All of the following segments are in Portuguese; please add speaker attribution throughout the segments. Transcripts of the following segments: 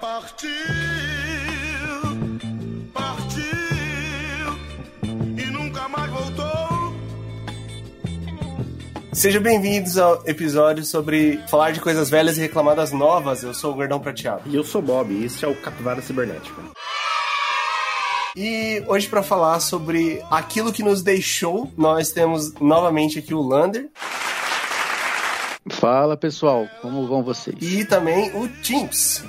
Speaker 1: partiu, partiu e nunca mais voltou.
Speaker 2: Sejam bem-vindos ao episódio sobre falar de coisas velhas e reclamar das novas. Eu sou o Gordão Prateado.
Speaker 3: E eu sou o Bob, e esse é o Capivara Cibernética.
Speaker 2: E hoje, pra falar sobre aquilo que nos deixou, nós temos novamente aqui o Lander
Speaker 4: Fala pessoal, como vão vocês?
Speaker 2: e também o Timps.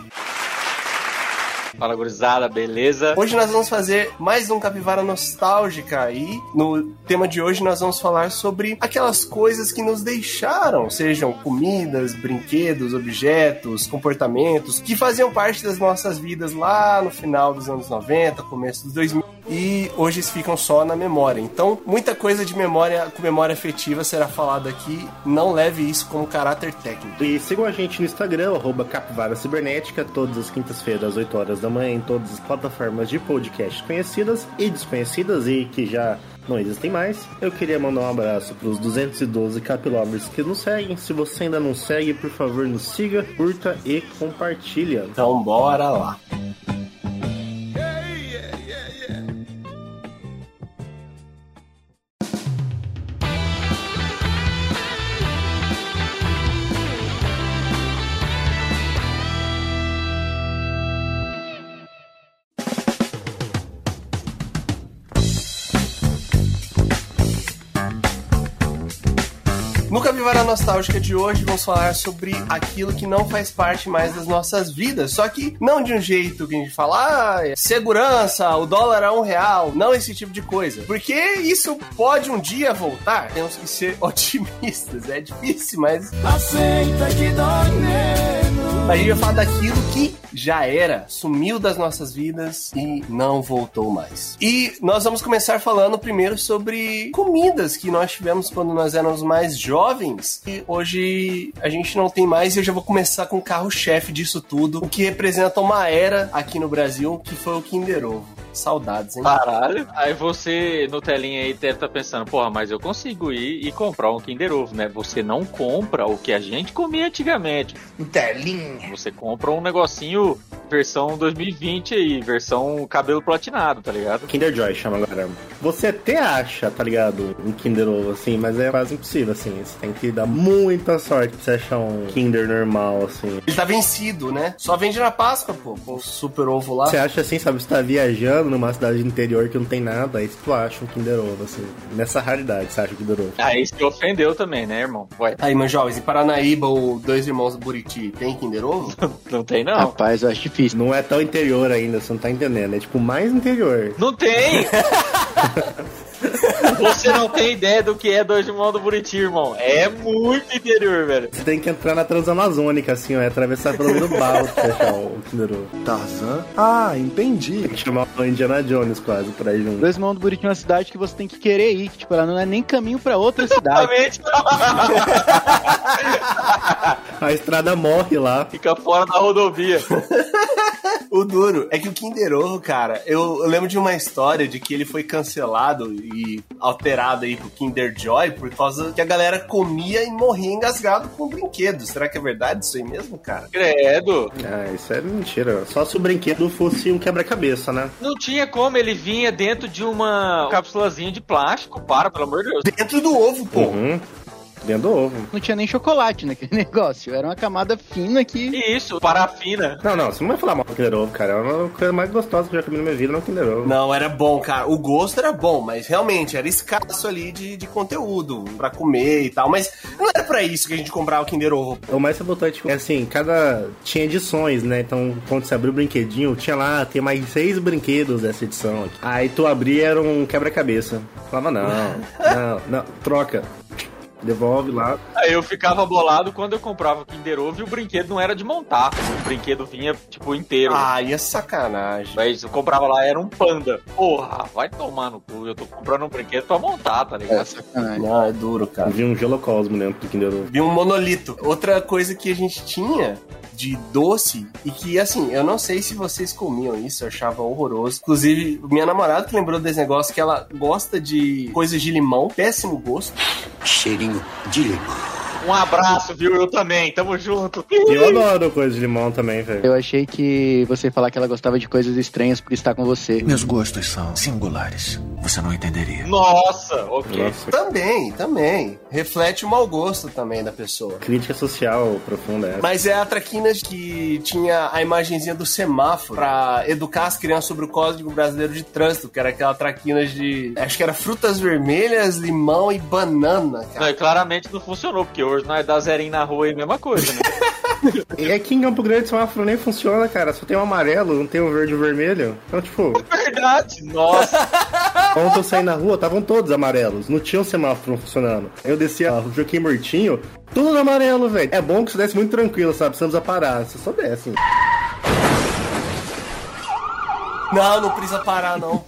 Speaker 5: Fala gurizada, beleza?
Speaker 2: Hoje nós vamos fazer mais um Capivara Nostálgica e no tema de hoje nós vamos falar sobre aquelas coisas que nos deixaram, sejam comidas, brinquedos, objetos, comportamentos, que faziam parte das nossas vidas lá no final dos anos 90, começo dos 2000 e hoje eles ficam só na memória. Então, muita coisa de memória com memória afetiva será falada aqui. Não leve isso como caráter técnico.
Speaker 3: E sigam a gente no Instagram, arroba Capivara Cibernética, todas as quintas-feiras, às 8 horas da manhã, em todas as plataformas de podcast conhecidas e desconhecidas e que já não existem mais. Eu queria mandar um abraço para os 212 capilovers que nos seguem. Se você ainda não segue, por favor, nos siga, curta e compartilha.
Speaker 2: Então, bora lá. No Capivara Nostálgica de hoje, vamos falar sobre aquilo que não faz parte mais das nossas vidas. Só que não de um jeito que a gente fala, ah, é segurança, o dólar a um real, não esse tipo de coisa. Porque isso pode um dia voltar. Temos que ser otimistas. É difícil, mas
Speaker 1: Aceita que dói menos.
Speaker 2: a gente vai falar daquilo que já era, sumiu das nossas vidas e não voltou mais. E nós vamos começar falando primeiro sobre comidas que nós tivemos quando nós éramos mais jovens. E hoje a gente não tem mais e eu já vou começar com o carro-chefe disso tudo, o que representa uma era aqui no Brasil, que foi o Kinder Ovo. Saudades,
Speaker 5: Ah.
Speaker 2: hein?
Speaker 5: Caralho. Aí você, no telinha aí, deve estar pensando, porra, mas eu consigo ir e comprar um Kinder Ovo, né? Você não compra o que a gente comia antigamente. Telinha. Você compra um negocinho versão 2020 aí, versão cabelo platinado, tá ligado?
Speaker 3: Kinder Joy chama agora. Você até acha, tá ligado? Um Kinder Ovo assim, mas é quase impossível assim. Você tem que dar muita sorte pra você achar um Kinder normal assim.
Speaker 2: Ele tá vencido, né? Só vende na Páscoa, pô. com O super ovo lá.
Speaker 3: Você acha assim, sabe? Você tá viajando numa cidade do interior que não tem nada, aí tu acha um Kinder Ovo assim. Nessa raridade você acha um Kinder Ovo.
Speaker 5: Aí se ofendeu também, né, irmão? Ué,
Speaker 2: Aí, meus jovens, em Paranaíba, o Dois Irmãos Buriti tem Kinder Ovo?
Speaker 5: não tem não.
Speaker 4: Rapaz, eu acho difícil.
Speaker 3: Não é tão interior ainda, você não tá entendendo. É tipo mais interior.
Speaker 5: Não tem! Você não tem ideia do que é dois irmãos do Buriti, irmão. É muito interior, velho.
Speaker 3: Você tem que entrar na Transamazônica, assim, ó, e atravessar pelo meio do balto pra achar o Kinder Ovo.
Speaker 1: Tarzan? Ah, entendi.
Speaker 3: Tem que chamar o Indiana Jones quase pra ir junto.
Speaker 4: Dois Irmãos do Buriti é uma cidade que você tem que querer ir, que, tipo, ela não é nem caminho pra outra cidade.
Speaker 5: Exatamente.
Speaker 3: A estrada morre lá.
Speaker 5: Fica fora da rodovia.
Speaker 2: O duro é que o Kinder Ovo, cara, eu, eu lembro de uma história de que ele foi cancelado e alterado aí pro Kinder Joy por causa que a galera comia e morria engasgado com brinquedos. Será que é verdade isso aí mesmo, cara?
Speaker 5: Credo.
Speaker 3: Ah, isso é mentira. Só se o brinquedo fosse um quebra-cabeça, né?
Speaker 5: Não tinha como, ele vinha dentro de uma cápsulazinha de plástico. Para, pelo amor de Deus.
Speaker 2: Dentro do ovo, pô.
Speaker 3: Uhum. Dentro do ovo.
Speaker 4: Não tinha nem chocolate naquele negócio. Era uma camada fina que.
Speaker 5: E isso, parafina.
Speaker 3: Não, não, você não vai falar mal do Kinder Ovo, cara. É uma coisa mais gostosa que eu já comi na minha vida, não é o Kinder Ovo.
Speaker 2: Não, era bom, cara. O gosto era bom, mas realmente era escasso ali de, de conteúdo pra comer e tal. Mas não era pra isso que a gente comprava o Kinder Ovo.
Speaker 3: O mais importante é assim, cada. tinha edições, né? Então, quando você abriu o brinquedinho, tinha lá, tem mais seis brinquedos dessa edição aqui. Aí tu abria, era um quebra-cabeça. Falava, não, não, não, troca. Devolve lá.
Speaker 5: Aí eu ficava bolado quando eu comprava o Kinder Ovo e o brinquedo não era de montar. O brinquedo vinha, tipo, inteiro.
Speaker 2: Ah, e é sacanagem.
Speaker 5: Mas eu comprava lá, era um panda. Porra, vai tomar no cu. Eu tô comprando um brinquedo pra montar, tá
Speaker 4: É,
Speaker 5: ligado?
Speaker 4: sacanagem.
Speaker 2: Não, é duro, cara.
Speaker 3: Vi um gelocosmo dentro do Kinder Ovo.
Speaker 2: Vi um monolito. Outra coisa que a gente tinha de doce e que, assim, eu não sei se vocês comiam isso, eu achava horroroso. Inclusive, minha namorada que lembrou desse negócio que ela gosta de coisas de limão, péssimo gosto.
Speaker 6: Cheirinho de limão.
Speaker 5: Um abraço, viu? Eu também. Tamo junto.
Speaker 3: É. Eu adoro coisa de limão também, velho.
Speaker 4: Eu achei que você ia falar que ela gostava de coisas estranhas por estar com você.
Speaker 6: Meus gostos são singulares. Você não entenderia.
Speaker 5: Nossa, ok.
Speaker 3: Nossa,
Speaker 2: Também, também. Reflete o mau gosto também da pessoa.
Speaker 3: crítica social profunda essa.
Speaker 2: Mas é a Traquinas que tinha a imagenzinha do semáforo pra educar as crianças sobre o Código Brasileiro de Trânsito, que era aquela Traquinas de. Acho que era frutas vermelhas, limão e banana, cara.
Speaker 5: Não, e claramente não funcionou, porque hoje nós dá zerinho na rua e a mesma coisa, né?
Speaker 3: E aqui em Campo Grande o semáforo nem funciona, cara. Só tem o amarelo, não tem o verde e o vermelho. Então, tipo,
Speaker 5: Verdade. Nossa.
Speaker 3: ontem eu saí na rua, estavam todos amarelos. Não tinha o semáforo funcionando. Eu ah, desci a rua, joguei mortinho, tudo no amarelo, velho. É bom que você desce muito tranquilo, sabe? Você não precisa parar, você só desce.
Speaker 2: Não, não precisa parar, não.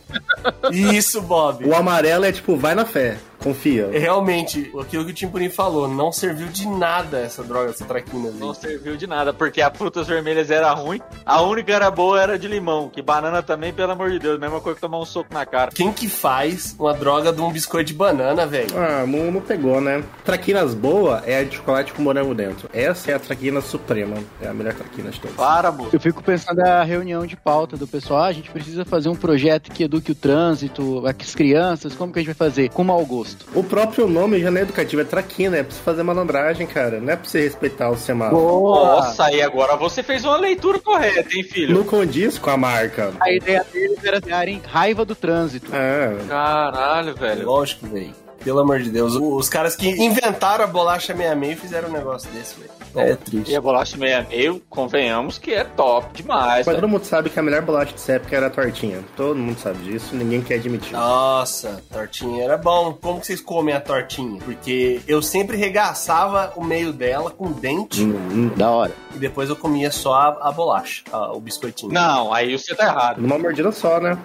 Speaker 2: Isso, Bob. É,
Speaker 3: O amarelo é tipo, vai na fé, confia.
Speaker 2: Realmente, aquilo que o Timpurim falou, não serviu de nada essa droga, essa traquinas. aí.
Speaker 5: Não serviu de nada, porque as frutas vermelhas era ruim. A única era boa era de limão, que banana também, pelo amor de Deus, mesma coisa que tomar um soco na cara.
Speaker 2: Quem que faz uma droga de um biscoito de banana, velho?
Speaker 3: Ah, não, não pegou, né? Traquinas boa é a de chocolate com morango dentro. Essa é a traquina suprema. É a melhor traquina de todas.
Speaker 5: Para, moço.
Speaker 4: Eu fico pensando na reunião de pauta do pessoal. Ah, a gente precisa fazer um projeto que eduque o trânsito, as crianças. Como que a gente vai fazer? Com mau gosto.
Speaker 3: O próprio nome já não é educativo, é traquina, é pra você fazer malandragem, cara. Não é pra você respeitar o semáforo.
Speaker 5: Nossa, e agora você fez uma leitura correta, hein, filho?
Speaker 3: Não condiz com a marca.
Speaker 4: A ideia deles era terem raiva do trânsito.
Speaker 3: Ah,
Speaker 5: Caralho, velho.
Speaker 2: Lógico, velho. Pelo amor de Deus, o- os caras que inventaram a bolacha meia-meia fizeram um negócio desse, velho. É triste.
Speaker 5: E a bolacha meia meio, convenhamos que é top demais.
Speaker 3: mas
Speaker 5: velho.
Speaker 3: todo mundo sabe que a melhor bolacha dessa época era a tortinha. Todo mundo sabe disso, ninguém quer admitir.
Speaker 2: Nossa, tortinha era bom. Como que vocês comem a tortinha? Porque eu sempre regaçava o meio dela com dente
Speaker 3: Hum, hum.
Speaker 4: Da hora.
Speaker 2: e depois eu comia só a, a bolacha, a- o biscoitinho.
Speaker 5: Não, aí você tá errado.
Speaker 3: Numa mordida só, né?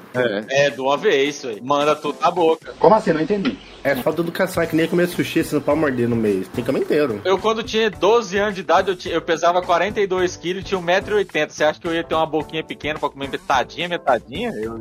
Speaker 5: É, de uma vez, velho. Manda tudo na boca.
Speaker 3: É falta de educação, é que nem comer sushi, você não pode morder no meio. Tem que comer inteiro.
Speaker 5: Eu, quando tinha 12 anos de idade, eu, tinha- eu pesava 42 quilos e tinha 1,80m. Você acha que eu ia ter uma boquinha pequena pra comer metadinha, metadinha? Eu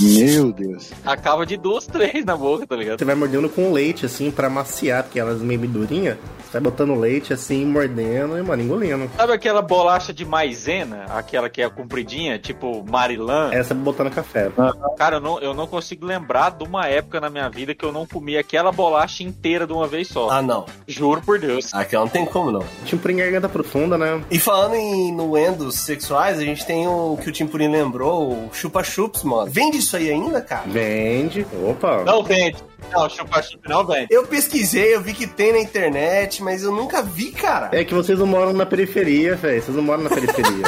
Speaker 4: Meu Deus.
Speaker 5: acaba de duas, três na boca, tá ligado?
Speaker 3: Você vai mordendo com leite, assim, pra maciar, porque elas meio durinha. Você vai botando leite, assim, mordendo e, mano, engolindo.
Speaker 5: Sabe aquela bolacha de maisena? Aquela que é compridinha, tipo Marilã?
Speaker 3: Essa é botando café.
Speaker 5: Cara, eu não, eu não consigo lembrar de uma época na minha vida que eu não comi aquela bolacha inteira de uma vez só.
Speaker 2: Ah, não.
Speaker 5: Juro por Deus.
Speaker 2: Aquela não tem como, não.
Speaker 3: Tipo, por garganta profunda, né?
Speaker 2: E falando em inuendos sexuais, a gente tem o que o Timpurim lembrou, o chupa-chups, mano. Vende isso aí ainda, cara?
Speaker 3: Vende. Opa.
Speaker 5: Não vende. Não, chupa-chupa não vende.
Speaker 2: Eu pesquisei, eu vi que tem na internet, mas eu nunca vi, cara.
Speaker 3: É que vocês não moram na periferia, velho. Vocês não moram na periferia.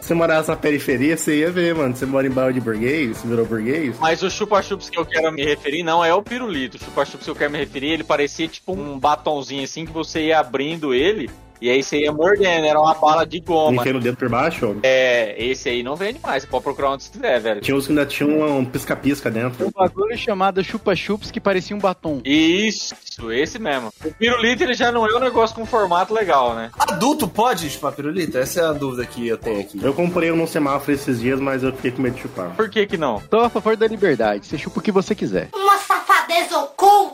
Speaker 3: Se morasse na periferia, você ia ver, mano. Você mora em bairro de burguês, virou burguês.
Speaker 5: Mas o chupa-chups que eu quero me referir não é o pirulito. O chupa-chups que eu quero me referir, ele parecia tipo um batonzinho assim que você ia abrindo ele e aí você ia mordendo. Era uma bala de goma.
Speaker 3: Enfiando o dedo por baixo.
Speaker 5: É, esse aí não vende mais. Você pode procurar onde você quiser, velho.
Speaker 3: Tinha uns que ainda tinham um pisca-pisca dentro.
Speaker 4: Um bagulho chamado chupa-chups que parecia um batom.
Speaker 5: Isso, esse mesmo. O pirulito ele já não é um negócio com formato legal, né?
Speaker 2: Adulto pode chupar pirulito? Essa é a dúvida que eu tenho aqui.
Speaker 3: Eu comprei um num semáforo esses dias, mas eu fiquei com medo de chupar.
Speaker 5: Por que que não?
Speaker 4: Tô a favor da liberdade. Você chupa o que você quiser.
Speaker 7: Uma safadeza oculta!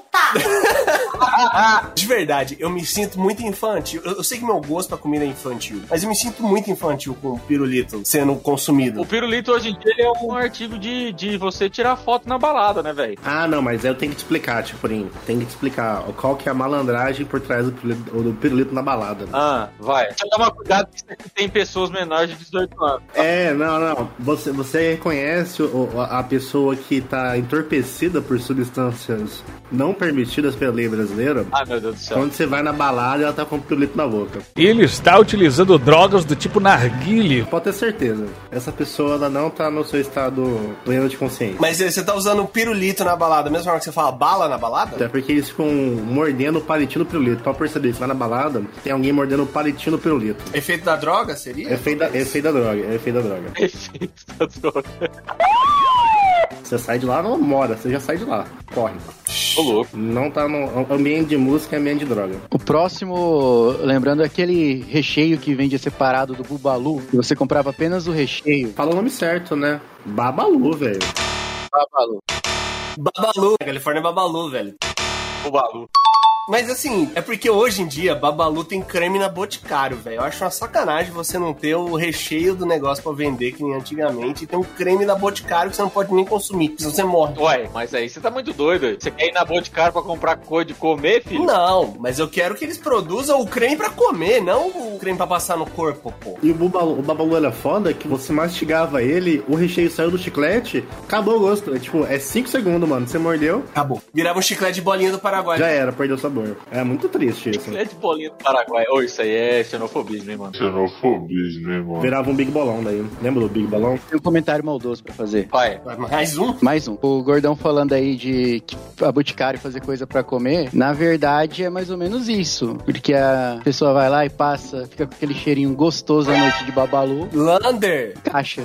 Speaker 2: De verdade, eu me sinto muito infantil. Eu, eu sei que meu gosto pra comida é infantil, mas eu me sinto muito infantil com o pirulito sendo
Speaker 5: O
Speaker 2: consumido.
Speaker 5: pirulito hoje em dia ele é um artigo de, de você tirar foto na balada, né, velho?
Speaker 3: Ah, não, mas eu tenho que te explicar, Tipurinho. Tem que te explicar qual que é a malandragem por trás do pirulito, do pirulito na balada.
Speaker 5: Ah, vai. Só tomar cuidado que isso aqui tem pessoas menores de 18 anos.
Speaker 3: É, não, não. Você, você reconhece o- a a pessoa que tá entorpecida por substâncias não permitidas pela lei brasileira?
Speaker 5: Ai, Ah, meu Deus do céu.
Speaker 3: Quando você vai na balada, ela tá com o pirulito na boca.
Speaker 8: Então. Ele está utilizando drogas do tipo narguile.
Speaker 3: Pode ter certeza. Essa pessoa, ela não tá no seu estado pleno de consciência.
Speaker 2: Mas eh, você tá usando o pirulito na balada, mesmo forma que você fala bala na balada?
Speaker 3: Até porque eles ficam mordendo o palitinho do pirulito. Pra perceber, você vai na balada, tem alguém mordendo o palitinho do pirulito.
Speaker 2: Efeito da droga seria?
Speaker 3: É feio da, é feio da droga, é feio da droga.
Speaker 5: Efeito da tá droga.
Speaker 3: Você sai de lá, não mora, você já sai de lá. Corre.
Speaker 5: Ô, louco.
Speaker 3: Não tá no ambiente de música, é ambiente de droga.
Speaker 4: O próximo, lembrando, é aquele recheio que vendia separado do Bubalu, que você comprava apenas o recheio.
Speaker 3: Fala o nome certo, né? Babalu, velho.
Speaker 4: Babalu.
Speaker 2: Babalu. Califórnia é Babalu, velho.
Speaker 5: o Balu.
Speaker 2: Mas assim, é porque hoje em dia Babalu tem creme na Boticário, velho. Eu acho uma sacanagem você não ter o recheio do negócio pra vender, que nem antigamente, e tem um creme da Boticário que você não pode nem consumir, porque senão você morre.
Speaker 5: Ué, mas aí você tá muito doido. Você quer ir na Boticário pra comprar coisa de comer, filho?
Speaker 2: Não, mas eu quero que eles produzam o creme pra comer, não o creme pra passar no corpo, pô.
Speaker 3: E o babalu, o babalu era foda que você mastigava ele, o recheio saiu do chiclete, acabou o gosto. É, tipo, é 5 segundos, mano. Você mordeu,
Speaker 2: Acabou. Virava um chiclete de bolinha do Paraguai.
Speaker 3: já era, perdeu o sabor. É muito triste isso.
Speaker 5: É de bolinha do Paraguai. Ô, isso aí é xenofobismo, hein, mano?
Speaker 3: Virava um Big Bolão daí. Lembra do Big Bolão?
Speaker 4: Tem um comentário maldoso pra fazer.
Speaker 5: Pai,
Speaker 2: Mais um?
Speaker 4: Mais um. O gordão falando aí de que a boticário fazer coisa pra comer, na verdade é mais ou menos isso. Porque a pessoa vai lá e passa, fica com aquele cheirinho gostoso à noite de babalu,
Speaker 2: Lander!
Speaker 4: caixa.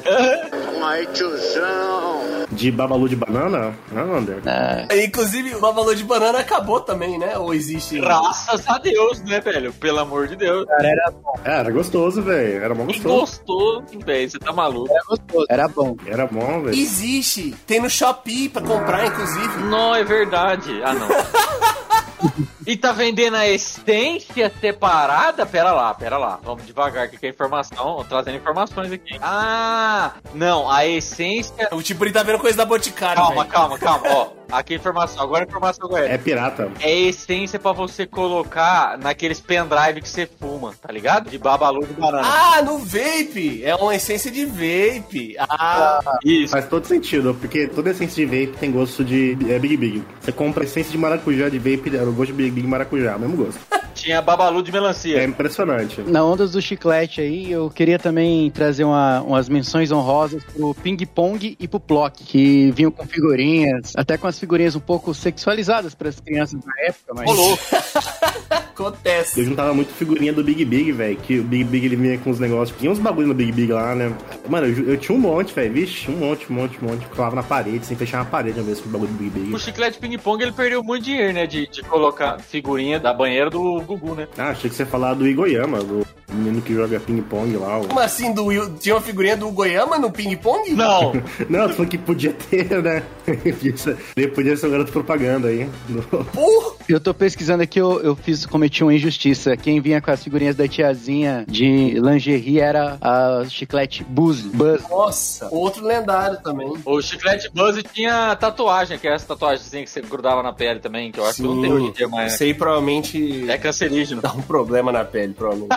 Speaker 3: De Babalu de banana? Não, Ander.
Speaker 4: Ah,
Speaker 2: Inclusive, o Babalu de banana acabou também, né? Ou existe.
Speaker 5: graças a Deus, né, velho? Pelo amor de Deus.
Speaker 4: cara, era,
Speaker 3: É, Era gostoso, velho. Era mó
Speaker 5: Que
Speaker 3: gostoso.
Speaker 5: gostoso, velho. Você tá maluco.
Speaker 4: era gostoso, era bom.
Speaker 3: Era bom, velho.
Speaker 2: Existe! Tem no Shopee pra comprar, inclusive.
Speaker 5: Não, é verdade. Ah, não. E tá vendendo a essência separada? Pera lá, pera lá. Vamos devagar aqui que a informação, trazendo informações aqui. Ah, não, a essência.
Speaker 2: O Tiburi tá vendo coisa da Boticário.
Speaker 5: Calma,
Speaker 2: velho.
Speaker 5: calma, calma. Ó, aqui a informação, agora a informação correta.
Speaker 3: É pirata.
Speaker 5: É essência pra você colocar naqueles pendrive que você fuma, tá ligado? De babalu de banana.
Speaker 2: Ah, no vape! É uma essência de vape. Ah,
Speaker 5: Isso.
Speaker 3: Faz todo sentido, porque toda essência de vape tem gosto de é, Big Big. Você compra essência de maracujá de vape, era o gosto de Big Big maracujá, o mesmo gosto.
Speaker 5: Tinha babalu de
Speaker 3: É
Speaker 5: melancia.
Speaker 3: impressionante.
Speaker 4: Na onda do chiclete aí, eu queria também trazer uma- umas menções honrosas pro Ping Pong e pro Plock, que vinham com figurinhas, até com as figurinhas um pouco sexualizadas para as crianças na época, mas...
Speaker 5: Rolou.
Speaker 3: Eu
Speaker 2: acontece.
Speaker 3: juntava muito figurinha do Big Big, velho. Que o Big Big ele vinha com os negócios. Tinha uns bagulho no Big Big lá, né? Mano, eu, ju- eu tinha um monte, velho. Vixe, um monte, um monte, um monte. Colava na parede, sem fechar a parede uma vez com o bagulho do Big
Speaker 5: O
Speaker 3: Big.
Speaker 5: chiclete ping-pong ele perdeu muito dinheiro, né? De, de colocar figurinha da banheira do Gugu, né?
Speaker 3: Ah, achei que você ia falar do Igoyama, do menino que joga ping-pong lá. o-
Speaker 2: Como assim? Do, Will- tinha uma figurinha do Goiama no ping-pong?
Speaker 5: Não!
Speaker 3: Não, tu falou que podia ter, né? Podia ser- Ele podia ser um garoto propaganda aí. do-
Speaker 2: Pô,
Speaker 4: Eu tô pesquisando aqui, eu, eu fiz, cometi uma injustiça. Quem vinha com as figurinhas da tiazinha de lingerie era a chiclete Buzz. Buzz.
Speaker 2: nossa. Outro lendário também.
Speaker 5: O chiclete Buzz tinha tatuagem, que era essa tatuagem que você grudava na pele também, que eu acho que não tem hoje em dia, mas
Speaker 2: Isso aí provavelmente
Speaker 5: é cancerígeno.
Speaker 2: dá um problema na pele, provavelmente.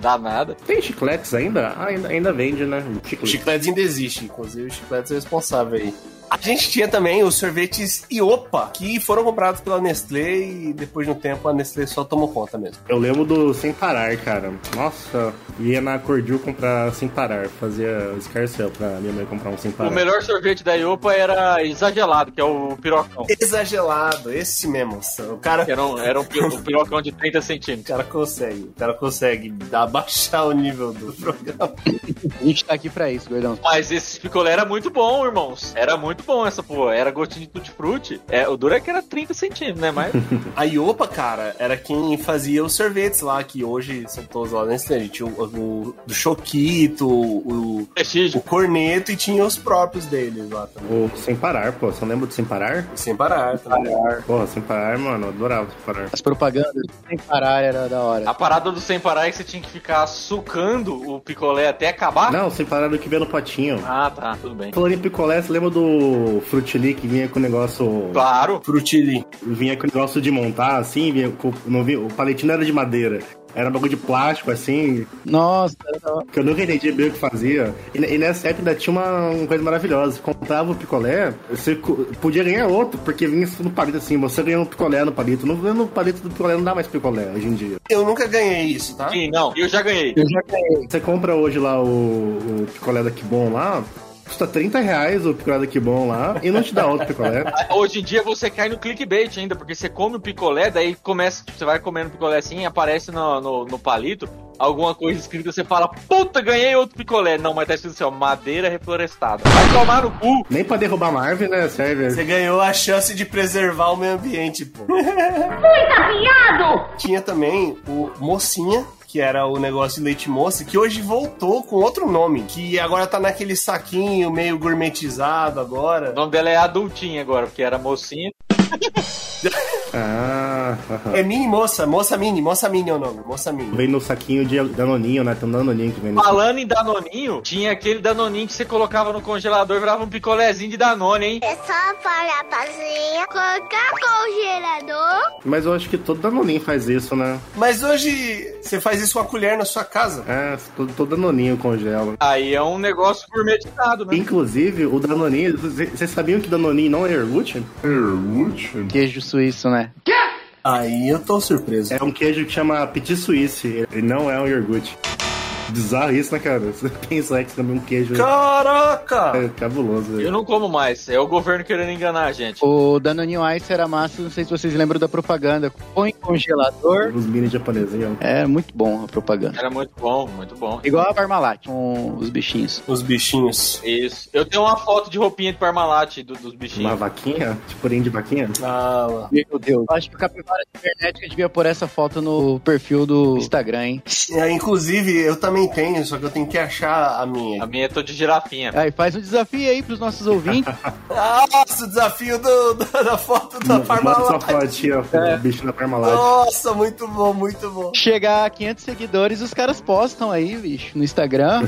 Speaker 5: Dá nada.
Speaker 3: Tem chicletes ainda? Ah, ainda, ainda vende, né?
Speaker 2: O
Speaker 3: Chiclete.
Speaker 2: chicletes ainda existe, inclusive o chicletes é responsável aí. A gente tinha também os sorvetes Iopa, que foram comprados pela Nestlé e depois de um tempo a Nestlé só tomou conta mesmo.
Speaker 3: Eu lembro do Sem Parar, cara. Nossa, ia na Cordil comprar Sem Parar. Fazia escarcel pra minha mãe comprar um Sem Parar.
Speaker 5: O melhor sorvete da Iopa era exagerado, que é o pirocão.
Speaker 2: Exagerado, esse mesmo. O cara,
Speaker 5: Que Era um, era um pi- um pirocão de 30
Speaker 2: o
Speaker 5: centímetros.
Speaker 2: cara consegue, o cara consegue dar- baixar o nível do programa.
Speaker 4: A gente tá aqui pra isso, gordão.
Speaker 5: Mas esse picolé era muito bom, irmãos. Era muito bom essa porra. Era gotinho de tutti-frutti. É, o duro é que era 30 centímetros, né? Mas
Speaker 2: A Iopa, cara, era quem fazia os sorvetes lá, que hoje são todos lá na Nestlé. A gente tinha o, o do Choquito, o, o
Speaker 5: prestígio.
Speaker 2: Corneto e tinha os próprios deles lá também.
Speaker 3: O Sem Parar, pô. Você não lembra do Sem Parar?
Speaker 2: Sem parar, tá? também.
Speaker 3: Porra, Sem Parar, mano. eu Adorava Sem Parar.
Speaker 4: As propagandas sem parar era da hora.
Speaker 5: A parada do sem parar é que você tinha que ficar sucando o picolé até acabar.
Speaker 3: Não, Sem Parar do que vê no potinho.
Speaker 5: Ah, tá, tudo bem.
Speaker 3: Falando em picolé, você lembra do Frutili que vinha com o negócio...
Speaker 5: Claro.
Speaker 2: Frutili.
Speaker 3: Vinha com o negócio de montar, assim, vinha com- não vinha, o paletinho não era de madeira. Era um bagulho de plástico, assim,
Speaker 4: Nossa, era da hora.
Speaker 3: que eu nunca entendi bem o que fazia. E, ne- e nessa época ainda tinha uma, uma coisa maravilhosa. Você comprava o picolé, você co- podia ganhar outro, porque vinha no palito assim, você ganhou um picolé no palito. No, no palito do picolé não dá mais picolé hoje em dia.
Speaker 2: Eu nunca ganhei isso, tá?
Speaker 5: Sim, não. Eu já ganhei.
Speaker 4: eu já ganhei.
Speaker 3: Você compra hoje lá o, o picolé da Kibon lá, custa 30 reais o picolé da Kibon lá, e não te dá outro picolé.
Speaker 5: Hoje em dia você cai no clickbait ainda, porque você come o picolé, daí começa, tipo, você vai comendo picolé assim, aparece no, no, no palito alguma coisa escrita, você fala, puta, ganhei outro picolé. Não, mas tá escrito assim, ó, madeira reflorestada. Vai tomar no cu.
Speaker 3: Nem pra derrubar uma árvore, né? Serve.
Speaker 2: Você ganhou a chance de preservar o meio ambiente, pô. Tinha também o Mocinha, que era o negócio de leite moça, que hoje voltou com outro nome, que agora tá naquele saquinho meio gourmetizado
Speaker 5: O
Speaker 2: agora.
Speaker 5: nome dela é adultinha agora, porque era mocinha.
Speaker 3: Ah, aham.
Speaker 2: É mini moça, moça mini, moça mini é o nome, moça mini.
Speaker 3: Vem no saquinho de danoninho, né? Tem um danoninho que vem no
Speaker 5: Falando em Danoninho, tinha aquele Danoninho que você colocava no congelador e virava um picolézinho de Danone, hein?
Speaker 7: É só parar a pazinha, colocar congelador.
Speaker 3: Mas eu acho que todo danoninho faz isso, né?
Speaker 2: Mas hoje você faz isso com a colher na sua casa.
Speaker 3: Ah, todo, todo danoninho congela.
Speaker 5: Aí é um negócio gourmetizado, né?
Speaker 3: Inclusive, o danoninho... c- Vocês sabiam que danoninho não é iogurte?
Speaker 4: Queijo suíço, né?
Speaker 2: Aí eu tô surpreso.
Speaker 3: É um queijo que chama petit suisse. Ele não é um iogurte. Bizarro isso, né, cara? Você pensar que você também um queijo...
Speaker 2: Caraca!
Speaker 3: É cabuloso, velho.
Speaker 5: Eu não como mais, é o governo querendo enganar a gente.
Speaker 4: O Danoninho Ice era massa, não sei se vocês lembram da propaganda. Põe em congelador.
Speaker 3: Os mini japonesinhos. um
Speaker 4: É muito bom a propaganda.
Speaker 5: Era muito bom, muito bom.
Speaker 4: Igual a Parmalat, com os bichinhos.
Speaker 2: Os bichinhos.
Speaker 5: Isso. Eu tenho uma foto de roupinha de Parmalat do- dos
Speaker 3: Uma
Speaker 5: bichinhos.
Speaker 3: vaquinha? Tipo, de vaquinha?
Speaker 2: Ah, lá.
Speaker 4: Meu Deus. Acho que o Capivara Cibernética devia pôr essa foto no perfil do Instagram, hein?
Speaker 2: É, inclusive, eu também tenho, só que eu tenho que achar a
Speaker 5: A
Speaker 2: minha.
Speaker 5: minha eu tô de girafinha.
Speaker 4: Aí faz um desafio aí pros nossos ouvintes.
Speaker 2: Nossa, o desafio do- do- da foto da
Speaker 3: Manda sua
Speaker 2: Parmalat. É.
Speaker 3: fotinha, o bicho da Parmalat.
Speaker 2: Nossa, muito bom, muito bom.
Speaker 4: Chegar a 500 seguidores, os caras postam aí, bicho, no Instagram.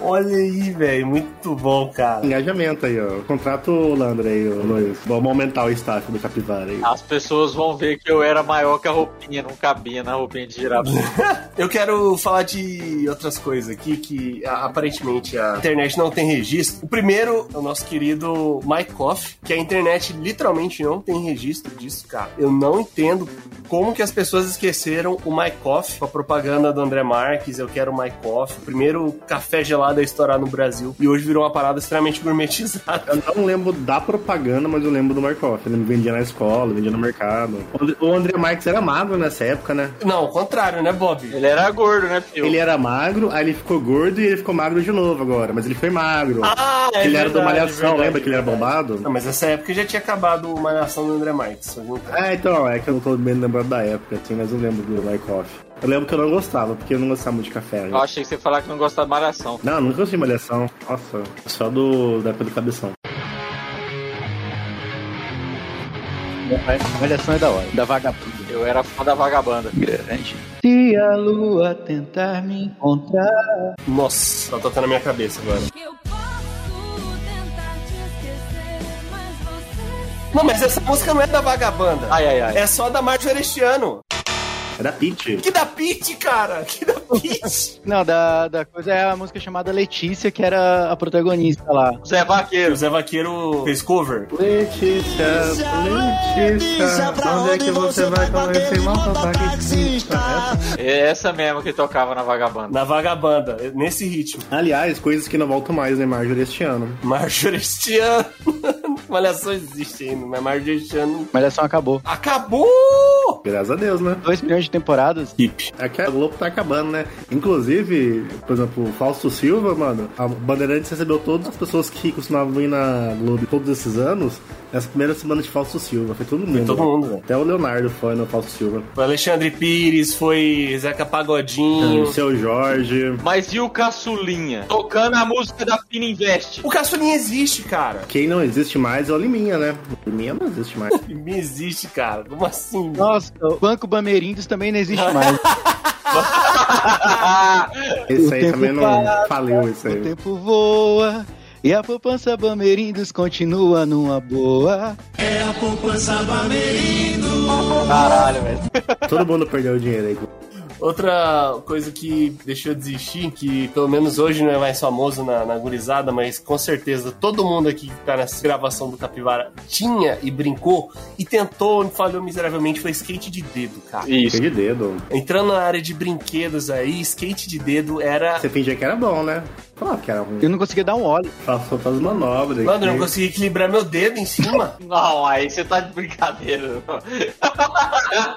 Speaker 2: Olha aí, velho, muito bom, cara.
Speaker 3: Engajamento aí, ó. Contrata o Landro aí, o Luiz. Vamos aumentar o staff do Capivara aí.
Speaker 5: As pessoas vão ver que eu era maior que a roupinha, não cabia na roupinha de girafinha.
Speaker 2: Eu quero falar de outras coisas aqui que a- aparentemente a internet não tem registro. O primeiro é o nosso querido Mike Koff, que a internet literalmente não tem registro disso, cara. Eu não entendo como que as pessoas esqueceram o Mike Koff, com a propaganda do André Marques, eu quero o Mike Koff, o primeiro café gelado a estourar no Brasil, e hoje virou uma parada extremamente gourmetizada.
Speaker 3: Eu não lembro da propaganda, mas eu lembro do Markov. Ele vendia na escola, vendia no mercado. O André Marques era magro nessa época, né?
Speaker 2: Não, o contrário, né, Bob?
Speaker 5: Ele era gordo, né, filho?
Speaker 3: Ele era magro, aí ele ficou gordo e ele ficou magro de novo agora. Mas ele foi magro.
Speaker 2: Ah, é
Speaker 3: ele era do
Speaker 2: verdade,
Speaker 3: Malhação,
Speaker 2: verdade.
Speaker 3: lembra que ele era bombado?
Speaker 2: Não, mas nessa época já tinha acabado a malhação do André Marques. viu?
Speaker 3: Ah, então, é que eu não tô bem lembrado da época, assim, mas eu lembro do Markov. Eu lembro que eu não gostava, porque eu não gostava muito de café. né?
Speaker 5: Eu achei que você ia falar que não gostava de malhação.
Speaker 3: Não, nunca gostei de Malhação. Nossa, só do, da época do Cabeção.
Speaker 4: Olha só, é da hora. Da vagabunda.
Speaker 5: Eu era fã da vagabanda.
Speaker 4: Grande. Se a lua tentar me encontrar.
Speaker 2: Nossa, tá tocando na minha cabeça agora.
Speaker 9: Que eu posso tentar te esquecer, mas você.
Speaker 2: Não, mas essa música não é da Vagabanda.
Speaker 5: Ai, ai, ai.
Speaker 2: É só da Marjorie Erestiano.
Speaker 3: Era Pete.
Speaker 2: Que da Pete, cara. Que da Pete.
Speaker 4: Não, da, da coisa é a música chamada Letícia, que era a protagonista lá.
Speaker 5: Zé é Vaqueiro.
Speaker 2: o Zé Vaqueiro fez cover.
Speaker 3: Letícia, Letícia, onde é que você vai com esse mototaxista?
Speaker 5: É essa mesmo que tocava na vagabanda.
Speaker 2: Na Vagabanda, nesse ritmo.
Speaker 3: Aliás, coisas que não voltam mais, né, Marjorie, este ano.
Speaker 2: Marjorie Erestiano. Malhação existe ainda, mas Marjorie Erestiano...
Speaker 4: Malhação acabou.
Speaker 2: Acabou!
Speaker 3: Graças a Deus, né?
Speaker 4: 2 milhões de temporadas.
Speaker 2: Hip.
Speaker 3: É que a Globo tá acabando, né? Inclusive, por exemplo, o Fausto Silva, mano, a Bandeirantes recebeu todas as pessoas que costumavam ir na Globo todos esses anos nessa primeira semana de Fausto Silva. Foi todo mundo.
Speaker 2: todo mundo, velho.
Speaker 3: Até o Leonardo foi no Fausto Silva.
Speaker 2: Foi Alexandre Pires, foi Zeca Pagodinho.
Speaker 3: O seu Jorge.
Speaker 5: Mas e o Caçulinha? Tocando a música da Fina Invest.
Speaker 2: O Caçulinha existe, cara.
Speaker 3: Quem não existe mais é o Liminha, né? O Liminha não existe mais.
Speaker 2: Me existe, cara. Como assim?
Speaker 4: Nossa, o Banco Bamerindos também não existe mais.
Speaker 3: Esse
Speaker 4: O
Speaker 3: aí
Speaker 4: tempo
Speaker 3: também não
Speaker 4: para-
Speaker 3: faliu,
Speaker 2: né?
Speaker 3: isso
Speaker 4: O
Speaker 3: aí.
Speaker 4: tempo voa e a poupança Bamerindos continua numa boa.
Speaker 5: Caralho, velho.
Speaker 3: Todo mundo perdeu o dinheiro aí.
Speaker 2: Outra coisa que deixou eu desistir, que pelo menos hoje não é mais famoso na, na gurizada, mas com certeza todo mundo aqui que tá nessa gravação do Capivara tinha e brincou e tentou, falhou miseravelmente, foi skate de dedo, cara.
Speaker 5: Isso.
Speaker 3: Cheio de dedo.
Speaker 2: Entrando na área de brinquedos aí, skate de dedo era.
Speaker 3: Você fingia que era bom, né? Falava que era ruim.
Speaker 4: Eu não conseguia dar um óleo.
Speaker 3: Passou todas as manobras. É,
Speaker 2: Mano, eu não
Speaker 3: aqui.
Speaker 2: consegui equilibrar meu dedo em cima.
Speaker 5: Não, aí você tá de brincadeira.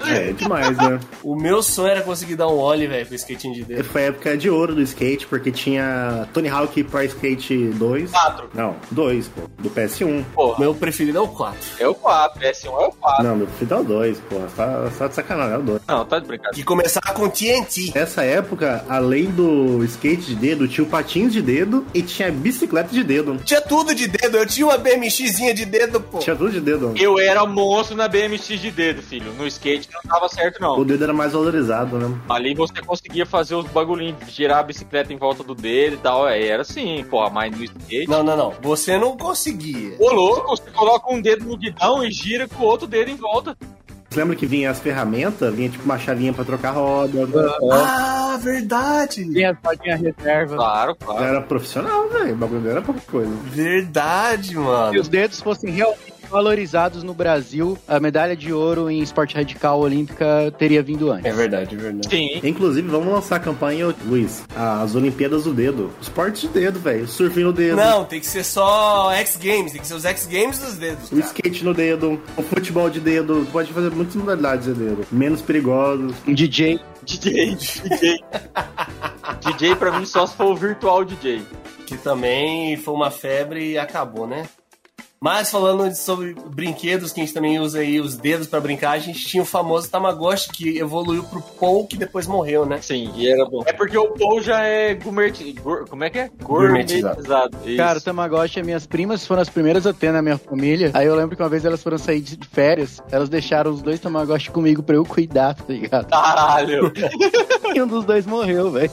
Speaker 3: É demais, né?
Speaker 2: O meu sonho era conseguir dar um ollie, velho, com o skatinho de dedo.
Speaker 3: Foi a época de ouro do skate, porque tinha Tony Hawk Pro Skate 2.
Speaker 5: Quatro.
Speaker 3: Não, 2, pô. Do PS1.
Speaker 2: O meu preferido é o 4.
Speaker 5: É o 4, S1 é o 4.
Speaker 3: Não, meu filho é o 2, pô. Tá, tá de sacanagem, é o 2.
Speaker 5: Não, tá de brincadeira.
Speaker 2: Que começava com TNT.
Speaker 3: Nessa época, além do skate de dedo, tinha o patins de dedo e tinha bicicleta de dedo.
Speaker 2: Tinha tudo de dedo, eu tinha uma BMXzinha de dedo, pô.
Speaker 3: Tinha tudo de dedo.
Speaker 5: Eu era monstro na BMX de dedo, filho. No skate não tava certo,
Speaker 3: O
Speaker 5: não.
Speaker 3: dedo era mais valorizado, né?
Speaker 5: Ali você conseguia fazer os bagulhinhos, girar a bicicleta em volta do dedo e tal. É, era assim, porra, mas no skate.
Speaker 2: Não, não, não. Você não conseguia.
Speaker 5: Ô louco, você coloca um dedo no guidão e gira com o outro dedo em volta.
Speaker 3: Você lembra que vinha as ferramentas? Vinha tipo uma chavinha pra trocar roda.
Speaker 2: Ah, verdade.
Speaker 4: Tem a rodinha reserva.
Speaker 5: Claro,
Speaker 3: Eu
Speaker 5: claro.
Speaker 3: Era profissional, velho. O bagulho não era pouca coisa.
Speaker 2: Verdade,
Speaker 4: Se
Speaker 2: mano.
Speaker 4: os dedos fossem realmente valorizados no Brasil, a medalha de ouro em esporte radical olímpica teria vindo antes.
Speaker 2: É verdade, é verdade.
Speaker 5: Sim.
Speaker 3: Inclusive, vamos lançar a campanha, Luiz. As Olimpíadas do Dedo. Esporte de dedo, velho. Surf no dedo.
Speaker 2: Não, tem que ser só X Games, tem que ser os X Games dos dedos.
Speaker 3: O
Speaker 2: cara.
Speaker 3: skate no dedo, o futebol de dedo, pode fazer muitas modalidades de dedo. Menos perigosos.
Speaker 4: Um DJ
Speaker 5: DJ, DJ. DJ pra mim só se for o virtual DJ.
Speaker 2: Que também foi uma febre e acabou, né? Mas falando de- sobre brinquedos, que a gente também usa aí os dedos pra brincar, a gente tinha o famoso Tamagotchi que evoluiu pro Pou que depois morreu, né?
Speaker 5: Sim, e era bom. É porque o Paul já é gourmet... gour- Como é que é?
Speaker 2: Gourmetizado.
Speaker 5: Isso.
Speaker 4: Cara, o Tamagotchi, minhas primas foram as primeiras a ter na minha família. Aí eu lembro que uma vez elas foram sair de de férias, elas deixaram os dois Tamagotchi comigo pra eu cuidar, tá ligado?
Speaker 5: Caralho!
Speaker 4: E um dos dois morreu, velho.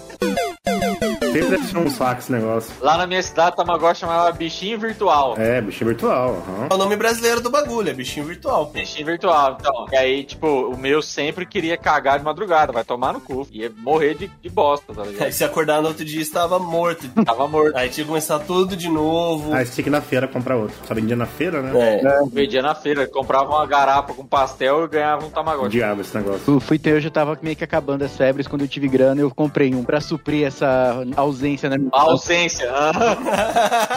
Speaker 3: Sempre achou um saco esse negócio.
Speaker 5: Lá na minha cidade, Tamagotchi chamava bichinho virtual.
Speaker 3: É, bicho virtual. aham.
Speaker 2: É o nome brasileiro do bagulho, é bichinho virtual, pô.
Speaker 5: Bichinho virtual, então. E aí, tipo, o meu sempre queria cagar de madrugada, vai tomar no cu. Ia morrer de, de bosta, tá
Speaker 2: Aí
Speaker 5: ligado?
Speaker 2: se acordar no outro dia estava morto.
Speaker 5: Tava morto.
Speaker 2: Aí tinha que começar tudo de novo.
Speaker 3: Aí você tinha que ir na feira comprar outro. Só vendia na feira, né?
Speaker 2: É.
Speaker 5: Vendia na feira, comprava uma garapa com pastel e ganhava um Tamagotchi.
Speaker 3: Diabo esse negócio.
Speaker 4: Eu fui ter, eu já tava meio que acabando as febres. Quando eu tive grana, eu comprei um pra suprir essa ausência na minha
Speaker 5: A ausência.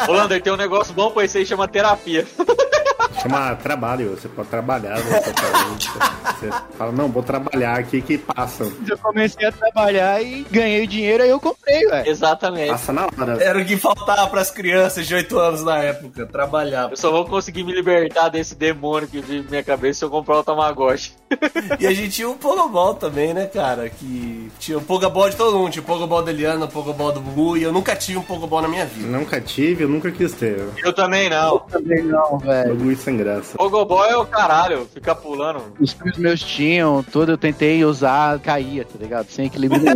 Speaker 5: Ô, Lander, tem um negócio bom pra isso aí, chama terapia.
Speaker 3: Chama trabalho. Você pode trabalhar. né? Você pode- Você fala, não, vou trabalhar aqui que passa.
Speaker 4: Eu comecei a trabalhar e ganhei dinheiro, aí eu comprei, velho.
Speaker 5: Exatamente.
Speaker 3: Passa na hora.
Speaker 2: Era o que faltava pras crianças de 8 anos na época, trabalhar.
Speaker 5: Eu só vou conseguir me libertar desse demônio que vive na minha cabeça se eu comprar o Tamagotchi.
Speaker 2: E a gente tinha o Pogobol também, né, cara? Que tinha o Pogobol de todo mundo. Tinha o Pogobol da Eliana, o Pogobol do Bubu. E eu nunca tive um Pogobol na minha vida.
Speaker 3: Nunca tive, eu nunca quis ter.
Speaker 5: Eu também não.
Speaker 4: Também não, velho.
Speaker 3: Bagulho sem graça.
Speaker 5: Pogobol é o caralho, fica pulando.
Speaker 4: Os filhos meus tinham, tudo eu tentei usar, caía, tá ligado? Sem equilíbrio nenhum.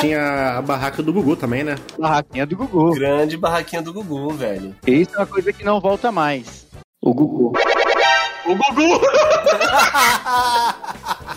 Speaker 3: Tinha a barraca do Gugu também, né?
Speaker 4: Barraquinha do Gugu.
Speaker 2: Grande barraquinha do Gugu, velho.
Speaker 4: Isso é uma coisa que não volta mais. O Gugu.
Speaker 5: O Gugu!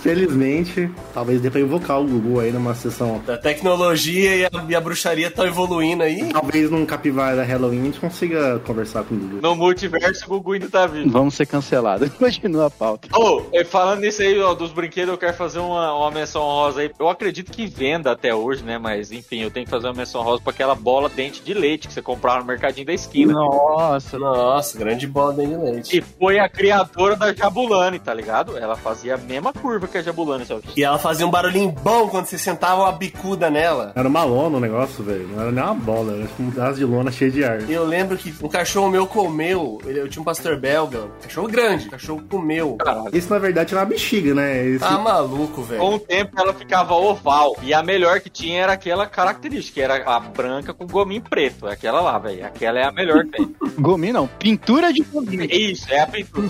Speaker 3: Felizmente, talvez dê pra invocar o Gugu aí numa sessão.
Speaker 2: A tecnologia e a, e a bruxaria estão evoluindo aí.
Speaker 3: Talvez num capivara Halloween a gente consiga conversar com o Gugu.
Speaker 5: No multiverso, o Gugu ainda tá vivo.
Speaker 4: Vamos ser cancelados. Continua a pauta.
Speaker 5: Ô, eh, falando nisso aí, ó, dos brinquedos, eu quero fazer uma, uma menção rosa aí. Eu acredito que venda até hoje, né? Mas enfim, eu tenho que fazer uma menção rosa pra aquela bola dente de leite que você comprava no mercadinho da esquina.
Speaker 4: Nossa.
Speaker 2: Nossa, grande bola de leite.
Speaker 5: Que foi a criadora da Jabulani, tá ligado? Ela fazia a mesma curva que a Jabulani, só que
Speaker 2: E ela fazia um barulhinho bom quando você sentava uma bicuda nela.
Speaker 3: Era uma lona o negócio, velho. Não era nem uma bola, era tipo um pedaço de lona cheio de ar.
Speaker 2: Eu lembro que um cachorro meu comeu. ele- Eu tinha um pastor belga. Cachorro grande. um Cachorro comeu.
Speaker 3: Isso na verdade era uma bexiga, né? Esse...
Speaker 2: Tá maluco, velho.
Speaker 5: Com o tempo ela ficava oval. E a melhor que tinha era aquela característica, que era a branca com gominho preto. Aquela lá, velho. Aquela é a melhor que tem.
Speaker 4: Gomi não. Pintura de gomi.
Speaker 5: Isso, é a pintura.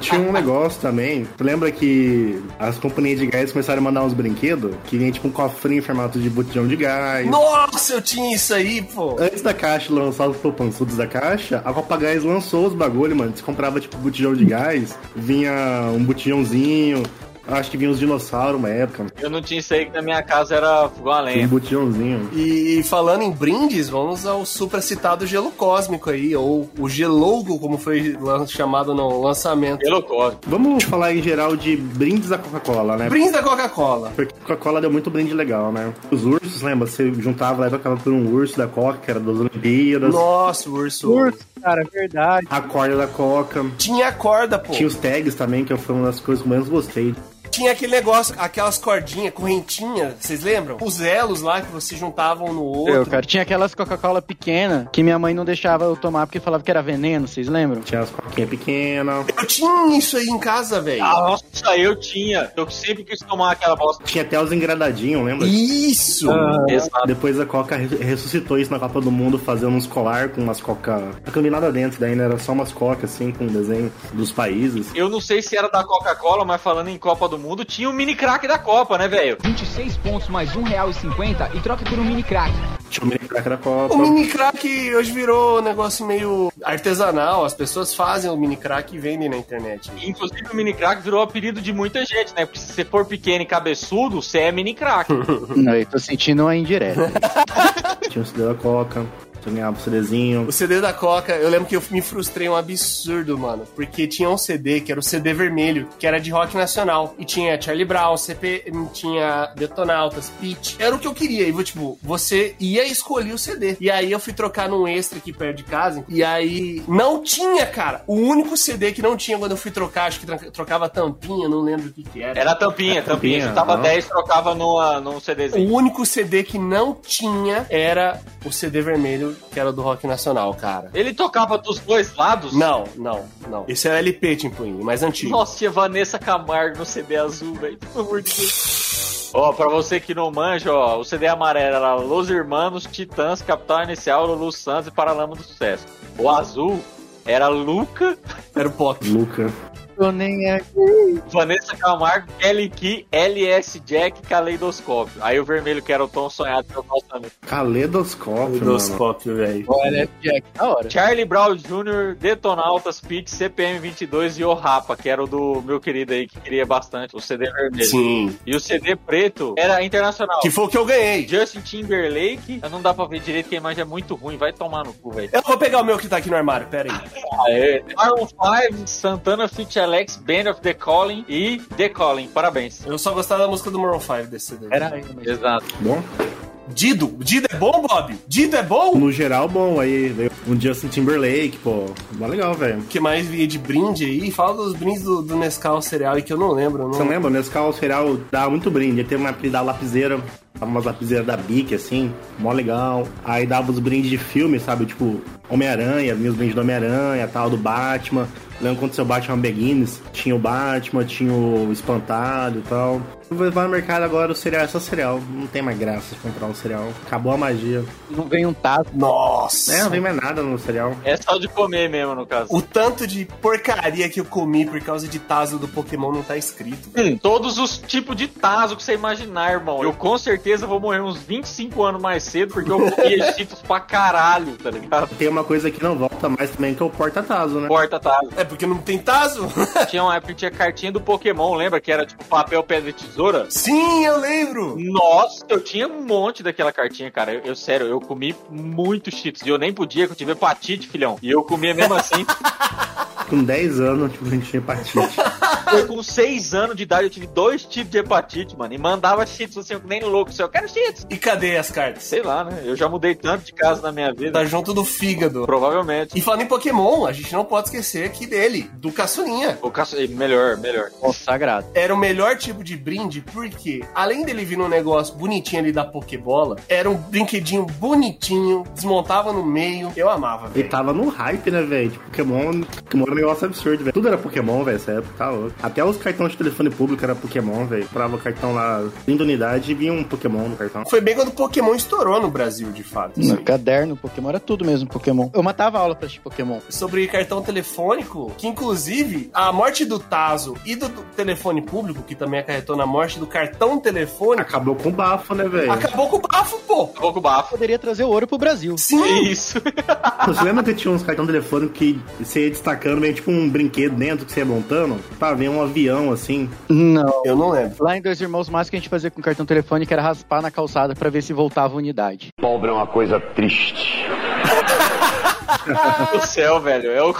Speaker 3: Tinha um negócio também. Tu lembra que as companhias de gás começaram a mandar uns brinquedos que vinha tipo um cofrinho em formato de botijão de gás.
Speaker 2: Nossa, eu tinha isso aí, pô.
Speaker 3: Antes da caixa lançar os poupançudos da caixa, a Copa Gás lançou os bagulho, mano. Você comprava tipo botijão de gás, vinha um botijãozinho, acho que vinha uns dinossauros uma época.
Speaker 5: Eu não tinha isso aí que na minha casa era fogão a
Speaker 3: Um
Speaker 5: lenha.
Speaker 3: botijãozinho.
Speaker 2: E falando em brindes, vamos ao supracitado gelo cósmico aí, ou o gelougo, como foi lan- chamado no lançamento.
Speaker 5: Pelo código.
Speaker 3: Vamos falar em geral de brindes da Coca-Cola, né?
Speaker 2: Brinde da Coca-Cola.
Speaker 3: Porque a Coca-Cola deu muito brinde legal, né? Os ursos, lembra? Você juntava lá e trocava por um urso da Coca, que era das Olimpíadas.
Speaker 2: Nossa, o urso.
Speaker 4: Curto, cara, é verdade.
Speaker 3: A corda da Coca.
Speaker 2: Tinha a corda, pô.
Speaker 3: Tinha os tags também, que foi uma das coisas que eu menos gostei.
Speaker 2: tinha aquele negócio, aquelas cordinhas, correntinha, vocês lembram? Os elos lá que vocês juntavam no outro.
Speaker 4: Eu, cara, tinha aquelas Coca-Cola pequena que minha mãe não deixava eu tomar porque falava que era veneno, vocês lembram?
Speaker 3: Tinha as coquinhas pequenas.
Speaker 2: Eu tinha isso aí em casa, velho.
Speaker 5: Nossa, eu tinha. Eu sempre quis tomar aquela bosta.
Speaker 3: Tinha até os engradadinhos, lembra?
Speaker 2: Isso!
Speaker 5: Exato.
Speaker 3: Depois a Coca re- ressuscitou isso na Copa do Mundo, fazendo uns colar com umas Coca. Não vi nada dentro, daí ainda era só umas Coca, assim, com desenho dos países.
Speaker 5: Eu não sei se era da Coca-Cola, mas falando em Copa do Mundo, tinha o mini crack da Copa, né, velho?
Speaker 10: 26 pontos mais R$1,50 e troca por um mini crack.
Speaker 3: Tinha o mini crack da Copa.
Speaker 2: O mini crack hoje virou um negócio meio artesanal. As pessoas fazem o mini crack e vendem na internet.
Speaker 5: Inclusive o mini crack virou apelido de muita gente, né? Porque se você for pequeno e cabeçudo, você é mini crack.
Speaker 4: Não, eu tô sentindo uma indireta.
Speaker 3: Tinha o CD da Coca. Tinha ganhava o CDzinho.
Speaker 2: O CD da Coca, eu lembro que eu me frustrei um absurdo, mano. Porque tinha um CD, que era o CD vermelho, que era de rock nacional. E tinha Charlie Brown, CP, tinha Detonautas, Pitch. Era o que eu queria. E, tipo, você ia escolher o CD. E aí eu fui trocar num extra aqui perto de casa. E aí não tinha, cara. O único CD que não tinha quando eu fui trocar, acho que tran- trocava tampinha, não lembro o que que era.
Speaker 5: Era a tampinha, tampinha.
Speaker 3: Tampinha,
Speaker 5: Juntava
Speaker 3: não.
Speaker 5: 10, trocava numa, num
Speaker 2: O
Speaker 5: CDzinho.
Speaker 2: único CD que não tinha era o CD vermelho, que era do rock nacional, cara.
Speaker 5: Ele tocava dos dois lados?
Speaker 2: Não, não, não. Esse é o LP, Timpuinho, mais antigo.
Speaker 5: Nossa, tinha Vanessa Camargo no CD azul, velho. Pelo amor de Deus. Ó, pra você que não manja, ó, o CD amarelo era Los Hermanos, Titãs, Capital Inicial, Lulu Santos e Paralama do Sucesso. O azul era Luca,
Speaker 2: Era o pop.
Speaker 3: Luca.
Speaker 4: Tô nem é. aqui.
Speaker 5: Vanessa Camargo, Kelly Key, LS Jack, Caleidoscópio. Aí o vermelho que era o Tom Sonhado, que eu gosto também.
Speaker 3: Caleidoscópio,
Speaker 2: Dos
Speaker 3: mano.
Speaker 2: pop, velho.
Speaker 4: Olha, Jack, da hora.
Speaker 5: Charlie Brown Jr., Detonautas, Pit, CPM 22 e O Rapa, que era o do meu querido aí, que queria bastante, o CD vermelho.
Speaker 2: Sim.
Speaker 5: E o CD preto era internacional.
Speaker 2: Que foi o que eu ganhei.
Speaker 5: Justin Timberlake, não dá pra ver direito que a imagem é muito ruim, vai tomar no cu, velho.
Speaker 2: Eu vou pegar o meu que tá aqui no armário, pera aí.
Speaker 5: Maroon 5, Santana feat. Alex, Band of the Calling e The Calling, parabéns.
Speaker 2: Eu só gostava da música do Maroon 5 desse CD.
Speaker 4: Era aí, mas...
Speaker 5: Exato.
Speaker 3: Bom,
Speaker 2: Dido. Dido é bom, Bob? Dido é bom?
Speaker 3: no geral, bom. Aí veio um Justin Timberlake, pô. Mó legal, velho.
Speaker 2: O que mais vinha de brinde aí? Fala dos brindes do, do Nescau cereal aí que eu não lembro.
Speaker 3: Você
Speaker 2: Não...
Speaker 3: lembra? O Nescau Cereal dá muito brinde. Aí Teve uma da lapiseira, dava umas lapiseiras da Bic, assim, mó legal. Aí dava os brindes de filme, sabe? Tipo, Homem-Aranha, vinha os brindes do Homem-Aranha, tal, do Batman. Lembra quando seu Batman Begins? Tinha o Batman, tinha o Espantado e tal. Vai no mercado agora, o cereal é só cereal. Não tem mais graça de comprar um cereal. Acabou a magia.
Speaker 4: Não vem um tazo.
Speaker 2: Nossa.
Speaker 3: É, não vem mais nada no cereal.
Speaker 5: É só de comer mesmo, no caso.
Speaker 2: O tanto de porcaria que eu comi por causa de Tazo do Pokémon não tá escrito.
Speaker 5: Hum, Todos os tipos de taso que você imaginar, irmão. Eu com certeza vou morrer uns 25 anos mais cedo, porque eu comia cheetos pra caralho, tá ligado?
Speaker 3: Tem uma coisa que não volta mais também, que é o porta-tazo, né?
Speaker 5: Porta taso.
Speaker 2: É porque não tem Tazo?
Speaker 5: Tinha uma época que tinha cartinha do Pokémon, lembra? Que era tipo papel, pedra e tesoura.
Speaker 2: Sim, eu lembro.
Speaker 5: Nossa, eu tinha um monte daquela cartinha, cara. Eu, eu, sério, eu comi muito cheetos. E eu nem podia, que eu tive hepatite, filhão. E eu comia mesmo assim.
Speaker 3: Com 10 anos, tipo, a gente tinha hepatite.
Speaker 5: eu, com 6 anos de idade, eu tive dois tipos de hepatite, mano. E mandava cheetos assim, eu nem louco. assim, Eu quero cheetos.
Speaker 2: E cadê as cartas?
Speaker 5: Sei lá, né? Eu já mudei tanto de casa na minha vida.
Speaker 2: Tá junto do fígado.
Speaker 5: Provavelmente.
Speaker 2: E falando em Pokémon, a gente não pode esquecer aqui dele, do Caçulinha.
Speaker 5: O caço... eh, Melhor, melhor.
Speaker 4: Consagrado.
Speaker 2: Era o melhor tipo de brinde, porque além dele vir num negócio bonitinho ali da Pokébola, era um brinquedinho bonitinho, desmontava no meio. Eu amava,
Speaker 3: E
Speaker 2: velho.
Speaker 3: tava no hype, né, velho? De Pokémon, Pokémon era um negócio absurdo, velho. Tudo era Pokémon, velho, essa época, tá louco. Até os cartões de telefone público era Pokémon, velho. Comprava o cartão lá, vindo unidade, e vinha um Pokémon no cartão.
Speaker 2: Foi bem quando o Pokémon estourou no Brasil, de fato.
Speaker 4: No caderno, Pokémon era tudo mesmo, Pokémon. Eu matava aula pra assistir Pokémon.
Speaker 2: Sobre cartão telefônico, que inclusive a morte do Tazo e do do telefone público, que também acarretou na morte do cartão telefônico,
Speaker 3: Acabou com o bafo, né, velho?
Speaker 2: acabou com o bafo, pô.
Speaker 5: Acabou com o bafo.
Speaker 4: Poderia trazer ouro pro Brasil.
Speaker 2: Sim,
Speaker 5: Isso.
Speaker 3: Você lembra que tinha uns cartão de telefone que você ia destacando, vinha tipo um brinquedo dentro que você ia montando? Tá, vinha um avião, assim.
Speaker 4: Não.
Speaker 2: eu não lembro.
Speaker 4: Lá em Dois Irmãos, o máximo que a gente fazia com cartão telefônico era raspar na calçada pra ver se voltava a unidade.
Speaker 10: Pobre é uma coisa triste.
Speaker 5: do céu, velho. É o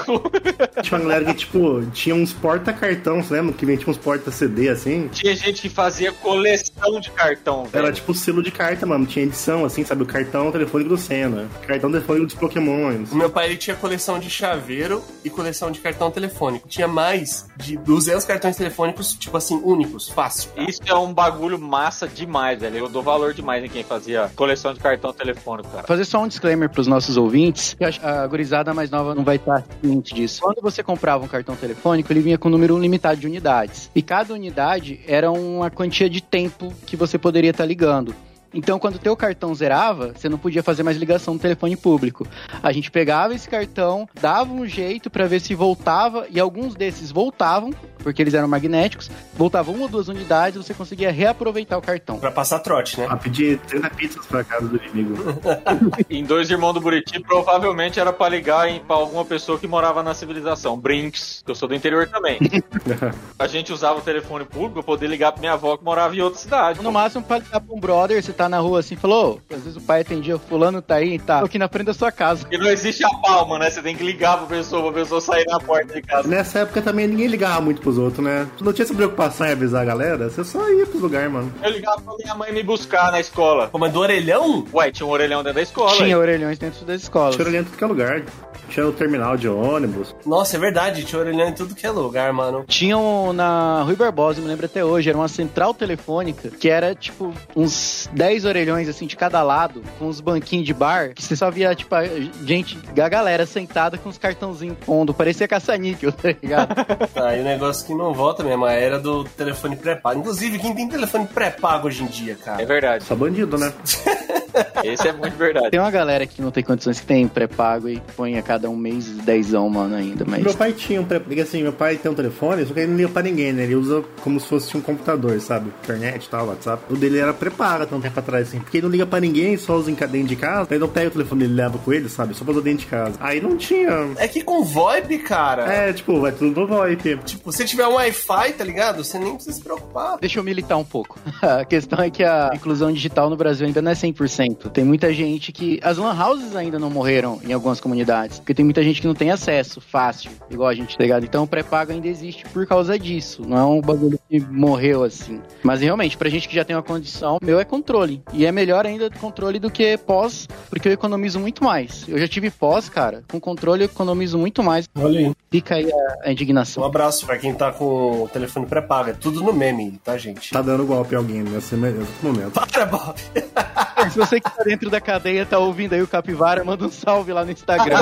Speaker 3: Tinha uma galera que, tipo, tinha uns porta-cartão, você lembra? Que vendia uns porta-CD assim.
Speaker 5: Tinha gente que fazia coleção de cartão, velho.
Speaker 3: Era tipo selo de carta, mano. Tinha edição, assim, sabe? O cartão telefônico do Senna, cartão telefônico dos Pokémons.
Speaker 2: O meu pai ele tinha coleção de chaveiro e coleção de cartão telefônico. Tinha mais de 200 cartões telefônicos, tipo assim, únicos, fácil.
Speaker 5: Isso é um bagulho massa demais, velho. Eu dou valor demais em quem fazia coleção de cartão telefônico, cara.
Speaker 4: Fazer só um disclaimer pros nossos ouvintes, que eu acho que a gurizada mais nova não vai estar ciente disso. Quando você comprava um cartão telefônico, ele vinha com um número limitado de unidades. E cada unidade era uma quantia de tempo que você poderia estar ligando. Então, quando o teu cartão zerava, você não podia fazer mais ligação no telefone público. A gente pegava esse cartão, dava um jeito pra ver se voltava, e alguns desses voltavam, porque eles eram magnéticos, voltavam uma ou duas unidades, você conseguia reaproveitar o cartão.
Speaker 2: Pra passar trote, né?
Speaker 3: Ah, pedi 30 pizzas pra casa do inimigo.
Speaker 5: Em Dois Irmãos do Buriti, provavelmente era pra ligar em, pra alguma pessoa que morava na civilização. Brinks, que eu sou do interior também. a gente usava o telefone público pra poder ligar pra minha avó que morava em outra cidade.
Speaker 4: No máximo, pra ligar pra um brother, você tá na rua assim, falou, "Ô", às vezes o pai atendia, fulano tá aí, tá, tô aqui na frente da sua casa.
Speaker 5: Porque não existe a palma, né? Você tem que ligar pra pessoa, pra pessoa sair na porta de casa.
Speaker 3: Nessa época também ninguém ligava muito pros outros, né? Não tinha essa preocupação em avisar a galera, você só ia pros lugares, mano.
Speaker 5: Eu ligava pra minha mãe me buscar na escola.
Speaker 2: Pô, mas do orelhão?
Speaker 5: Ué, tinha um orelhão dentro da escola.
Speaker 4: Tinha
Speaker 5: hein?
Speaker 4: orelhões dentro das escolas.
Speaker 3: Tinha olhando em tudo que é lugar. Tinha o terminal de ônibus.
Speaker 2: Nossa, é verdade, tinha orelhão em tudo que é lugar, mano.
Speaker 4: Tinham um na Rui Barbosa, eu me lembro até hoje, era uma central telefônica que era tipo uns 10 orelhões assim de cada lado, com uns banquinhos de bar, que você só via tipo a gente, a galera sentada com os cartãozinhos pondo, parecia caça-níquel, tá ligado?
Speaker 2: Aí o negócio que não volta mesmo, a era do telefone pré-pago. Inclusive, quem tem telefone pré-pago hoje em dia,
Speaker 5: É
Speaker 2: cara?
Speaker 5: verdade.
Speaker 3: Só bandido, né?
Speaker 5: Esse é muito verdade.
Speaker 4: tem uma galera que não tem condições que tem pré-pago e põe a cada um mês dezão, mano, ainda, mas
Speaker 3: Meu pai tinha um pré porque, assim, meu pai tem um telefone, só que ele não liga pra ninguém, né? Ele usa como se fosse um computador, sabe? Internet e tal, WhatsApp. O dele era pré-pago até um tempo atrás, assim. Porque ele não liga pra ninguém, só usa em ca- dentro de casa. Daí não pega o telefone dele e leva com ele, sabe? Só pra usar dentro de casa. Aí não tinha.
Speaker 2: É que com VoIP, cara,
Speaker 3: É, tipo, vai tudo pro VoIP.
Speaker 2: tipo, se tiver um Wi-Fi, tá ligado? Você nem precisa se preocupar.
Speaker 4: Deixa eu militar um pouco. A questão é que a inclusão digital no Brasil ainda não é 100%. Tem muita gente que. As lan houses ainda não morreram em algumas comunidades. Porque tem muita gente que não tem acesso fácil, igual a gente, tá ligado? Então o pré-pago ainda existe por causa disso. Não é um bagulho que morreu assim. Mas realmente, pra gente que já tem uma condição, meu é controle. E é melhor ainda controle do que pós, porque eu economizo muito mais. Eu já tive pós, cara. Com controle eu economizo muito mais.
Speaker 2: Olha aí.
Speaker 4: Fica aí a- a indignação.
Speaker 2: Um abraço pra quem tá com o telefone pré-pago. É tudo no meme, tá, gente?
Speaker 3: Tá dando golpe em alguém nesse nesse momento.
Speaker 2: Para, Bob.
Speaker 4: Se você que tá dentro da cadeia tá ouvindo aí o Capivara, manda um salve lá no Instagram.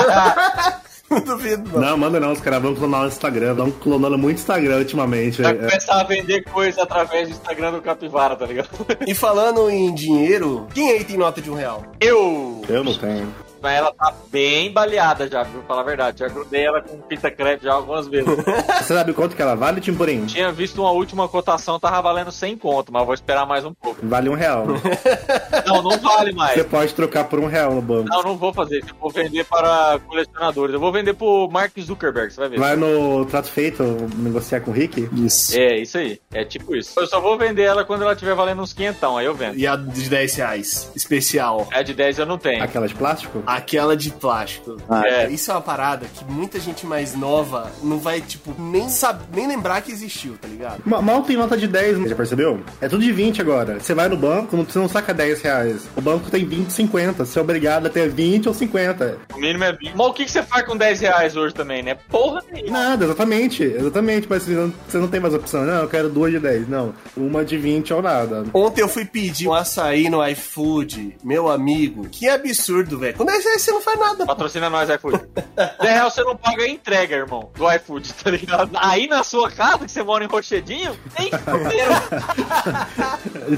Speaker 2: Não duvido, não.
Speaker 3: Não, manda não, os caras vão clonar o Instagram. Vão clonando muito Instagram ultimamente.
Speaker 5: Vai
Speaker 3: É,
Speaker 5: começar a vender coisa através do Instagram do Capivara, tá ligado?
Speaker 2: E falando em dinheiro, quem aí tem nota de um real?
Speaker 5: Eu!
Speaker 3: eu não tenho.
Speaker 5: Mas ela tá bem baleada já, viu? Falar a verdade. Já grudei ela com fita crepe já algumas vezes.
Speaker 3: Você sabe quanto que ela vale, Timburim?
Speaker 5: Tinha visto uma última cotação, tava valendo 100 conto, mas vou esperar mais um pouco.
Speaker 3: Vale um real.
Speaker 5: Não, não
Speaker 3: Você
Speaker 5: vale mais.
Speaker 3: pode trocar por um real no banco.
Speaker 5: Não, não vou fazer isso. Eu vou vender para colecionadores. Eu vou vender pro Mark Zuckerberg, você vai ver.
Speaker 3: Vai no trato feito, negociar com o Rick.
Speaker 2: Isso.
Speaker 5: É, isso aí. É tipo isso. Eu só vou vender ela quando ela tiver valendo uns quinhentão, aí eu vendo.
Speaker 2: E a de 10 reais, especial.
Speaker 5: É de 10 eu não tenho.
Speaker 3: Aquela de plástico?
Speaker 2: Aquela de plástico.
Speaker 4: Ah,
Speaker 5: é.
Speaker 2: Isso é uma parada que muita gente mais nova não vai, tipo, nem, sabe, nem lembrar que existiu, tá ligado?
Speaker 3: Ma- Mal tem nota de 10, já percebeu? É tudo de 20 agora. Você vai no banco, não- você não saca 10 reais. O banco tem 20, 50. Você é obrigado a ter 20 ou 50.
Speaker 5: O mínimo é 20. Mas o que, que você faz com 10 reais hoje também, né? Porra nenhuma.
Speaker 3: Nada, exatamente. Exatamente, mas você não, você não tem mais opção. Não, eu quero duas de 10. Não, uma de 20 ou nada.
Speaker 2: Ontem eu fui pedir um açaí no iFood, meu amigo. Que absurdo, velho. Quando é isso aí, você não faz nada.
Speaker 5: Patrocina nós, iFood. Na real, você não paga a entrega, irmão, do iFood, tá ligado? Aí na sua casa, que você mora em Rochedinho, tem inteiro.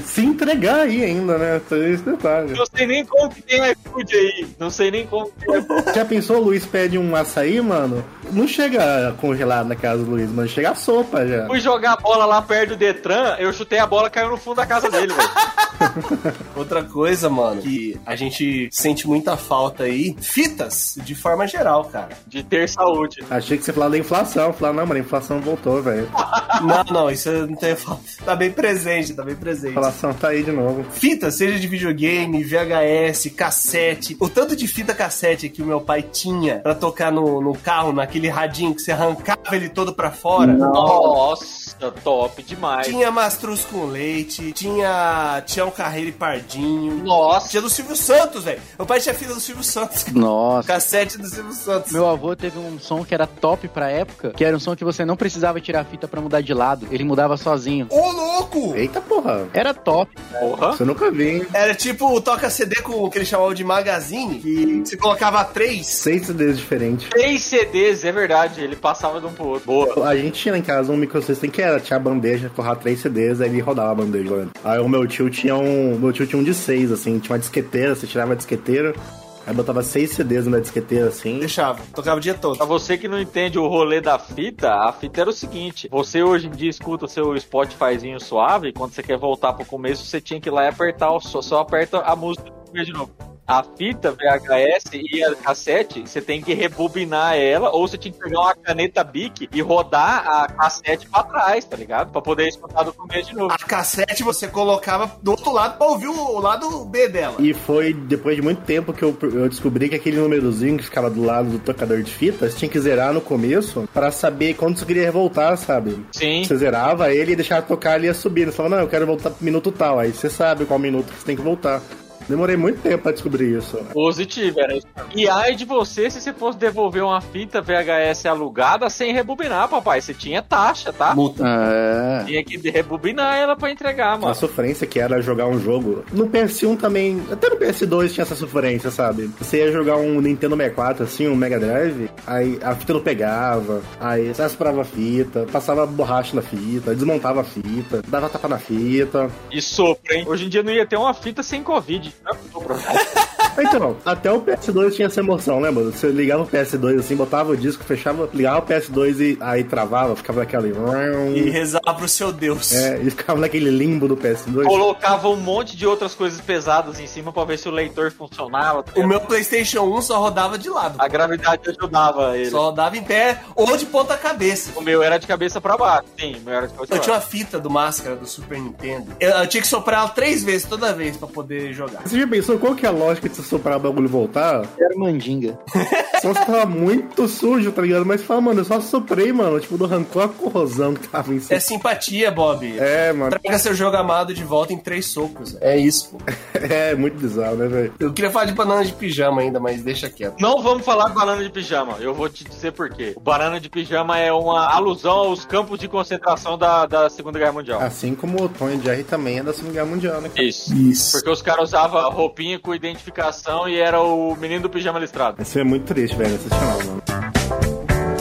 Speaker 3: Se entregar aí ainda, né? Tem esse detalhe.
Speaker 5: Não sei nem como que tem iFood aí. Não sei nem como que é. tem iFood.
Speaker 3: Já pensou, o Luiz pede um açaí, mano? Não chega congelado na casa do Luiz, mano. Chega a sopa já.
Speaker 5: Fui jogar a bola lá perto do Detran, eu chutei a bola caiu no fundo da casa dele, velho.
Speaker 2: Outra coisa, mano, que a gente sente muita falta aí, fitas, de forma geral, cara.
Speaker 5: De ter saúde.
Speaker 3: Achei que você falava da inflação. Falava, não, mano, a inflação voltou, velho.
Speaker 2: Não, não, isso eu não tenho falta. Tá bem presente, tá bem
Speaker 3: A
Speaker 2: presente.
Speaker 3: inflação tá aí de novo.
Speaker 2: Fita, seja de videogame, VHS, cassete. O tanto de fita cassete que o meu pai tinha pra tocar no, no carro, naquele radinho que você arrancava ele todo pra fora.
Speaker 5: Nossa, top demais.
Speaker 2: Tinha Mastruz com Leite, tinha Tião Carreiro e Pardinho.
Speaker 5: Nossa,
Speaker 2: Tinha do Silvio Santos, velho. Meu pai tinha fita do Silvio Santos.
Speaker 4: Nossa.
Speaker 2: Cassete do Silvio Santos.
Speaker 4: Meu avô teve um som que era top pra época, que era um som que você não precisava tirar a fita pra mudar de lado. Ele mudava sozinho.
Speaker 2: Ô, louco!
Speaker 3: Eita porra.
Speaker 4: Era top.
Speaker 5: porra.
Speaker 3: Isso eu nunca vi, hein?
Speaker 2: Era tipo o Toca CD com o que ele chamava de magazine, que você colocava três.
Speaker 3: Seis CDs diferentes.
Speaker 5: Três CDs, é verdade. Ele passava de um pro outro. Boa.
Speaker 3: A gente tinha lá em casa um microsystem que era, tinha a bandeja, forrar três CDs, aí ele rodava a bandeja lá dentro. Aí o meu tio tinha um. Meu tio tinha um de seis, assim, tinha uma disqueteira, você tirava a disqueteira, aí botava seis CDs na disqueteira, assim.
Speaker 2: Deixava, tocava o dia
Speaker 5: Pra
Speaker 2: todo.
Speaker 5: você que não entende o rolê da fita, a fita era o seguinte: você hoje em dia escuta o seu Spotifyzinho suave, e quando você quer voltar pro começo, você tinha que ir lá e apertar, o- só, só aperta a música do começo de novo. A fita VHS e a cassete, você tem que rebobinar ela, ou você tinha que pegar uma caneta bic e rodar a cassete pra trás, tá ligado? Pra poder escutar do começo de novo.
Speaker 2: A cassete você colocava do outro lado pra ouvir o, o lado B dela.
Speaker 3: E foi depois de muito tempo que eu, eu descobri que aquele númerozinho que ficava do lado do tocador de fitas tinha que zerar no começo pra saber quando você queria voltar, sabe?
Speaker 5: Sim.
Speaker 3: Você zerava ele e deixava tocar ele ia subindo. Você falava, não, eu quero voltar pro minuto tal. Aí você sabe qual minuto que você tem que voltar. Demorei muito tempo pra descobrir isso.
Speaker 5: Positivo, era isso. E ai de você se você fosse devolver uma fita VHS alugada sem rebobinar, papai. Você tinha taxa, tá?
Speaker 2: Multa.
Speaker 4: É.
Speaker 5: Tinha que rebobinar ela pra entregar,
Speaker 3: A
Speaker 5: mano.
Speaker 3: sofrência que era jogar um jogo. No PS1 também, até no PS2 tinha essa sofrência, sabe? Você ia jogar um Nintendo 64, assim, um Mega Drive, aí a fita não pegava, aí você aspirava a fita, passava borracha na fita, desmontava a fita, dava tapa na fita.
Speaker 5: E sopro, hein? Hoje em dia não ia ter uma fita sem Covid. Não é sopro.
Speaker 3: Então, até o PS2 tinha essa emoção, lembra? Você ligava o PS2 assim, botava o disco, fechava, ligava o PS2 e aí travava, ficava naquela.
Speaker 2: E
Speaker 3: E,
Speaker 2: rezava pro seu Deus.
Speaker 3: é, e ficava naquele limbo do PS2.
Speaker 5: Colocava um monte de outras coisas pesadas em cima pra ver se o leitor funcionava. tá
Speaker 2: O
Speaker 5: ligado?
Speaker 2: meu PlayStation 1 só rodava de lado.
Speaker 5: A gravidade ajudava ele.
Speaker 2: Só rodava em pé ou de ponta-cabeça.
Speaker 5: O meu era de cabeça pra baixo. Sim, o meu era de
Speaker 3: Ah.
Speaker 5: cabeça
Speaker 2: Eu
Speaker 5: pra
Speaker 2: tinha
Speaker 5: baixo.
Speaker 2: uma fita do Máscara do Super Nintendo. Eu, eu tinha que soprar ela três vezes toda vez pra poder jogar.
Speaker 3: Você já pensou qual que é a lógica de você soprar o bagulho e voltar?
Speaker 4: é. Era mandinga.
Speaker 3: Só se tava muito sujo, tá ligado? Mas fala, mano, eu só soprei, mano. Tipo, do rancor a corrosão que tava em
Speaker 2: É
Speaker 3: cima.
Speaker 2: simpatia, Bob.
Speaker 3: É, mano.
Speaker 2: Traga seu jogo amado de volta em três socos. É isso, pô.
Speaker 3: É muito bizarro, né, velho?
Speaker 2: Eu queria falar de banana de pijama ainda, mas deixa quieto.
Speaker 5: Não vamos falar de banana de pijama. Eu vou te dizer por quê. O banana de pijama é uma alusão aos campos de concentração da, da Segunda Guerra Mundial.
Speaker 3: Assim como o Tony Jerry também é da Segunda Guerra Mundial, né?
Speaker 5: Isso.
Speaker 2: Isso.
Speaker 5: Porque os caras usavam roupinha com identificação e era o menino do pijama listrado.
Speaker 3: Isso é muito triste, velho. Sensacional, mano.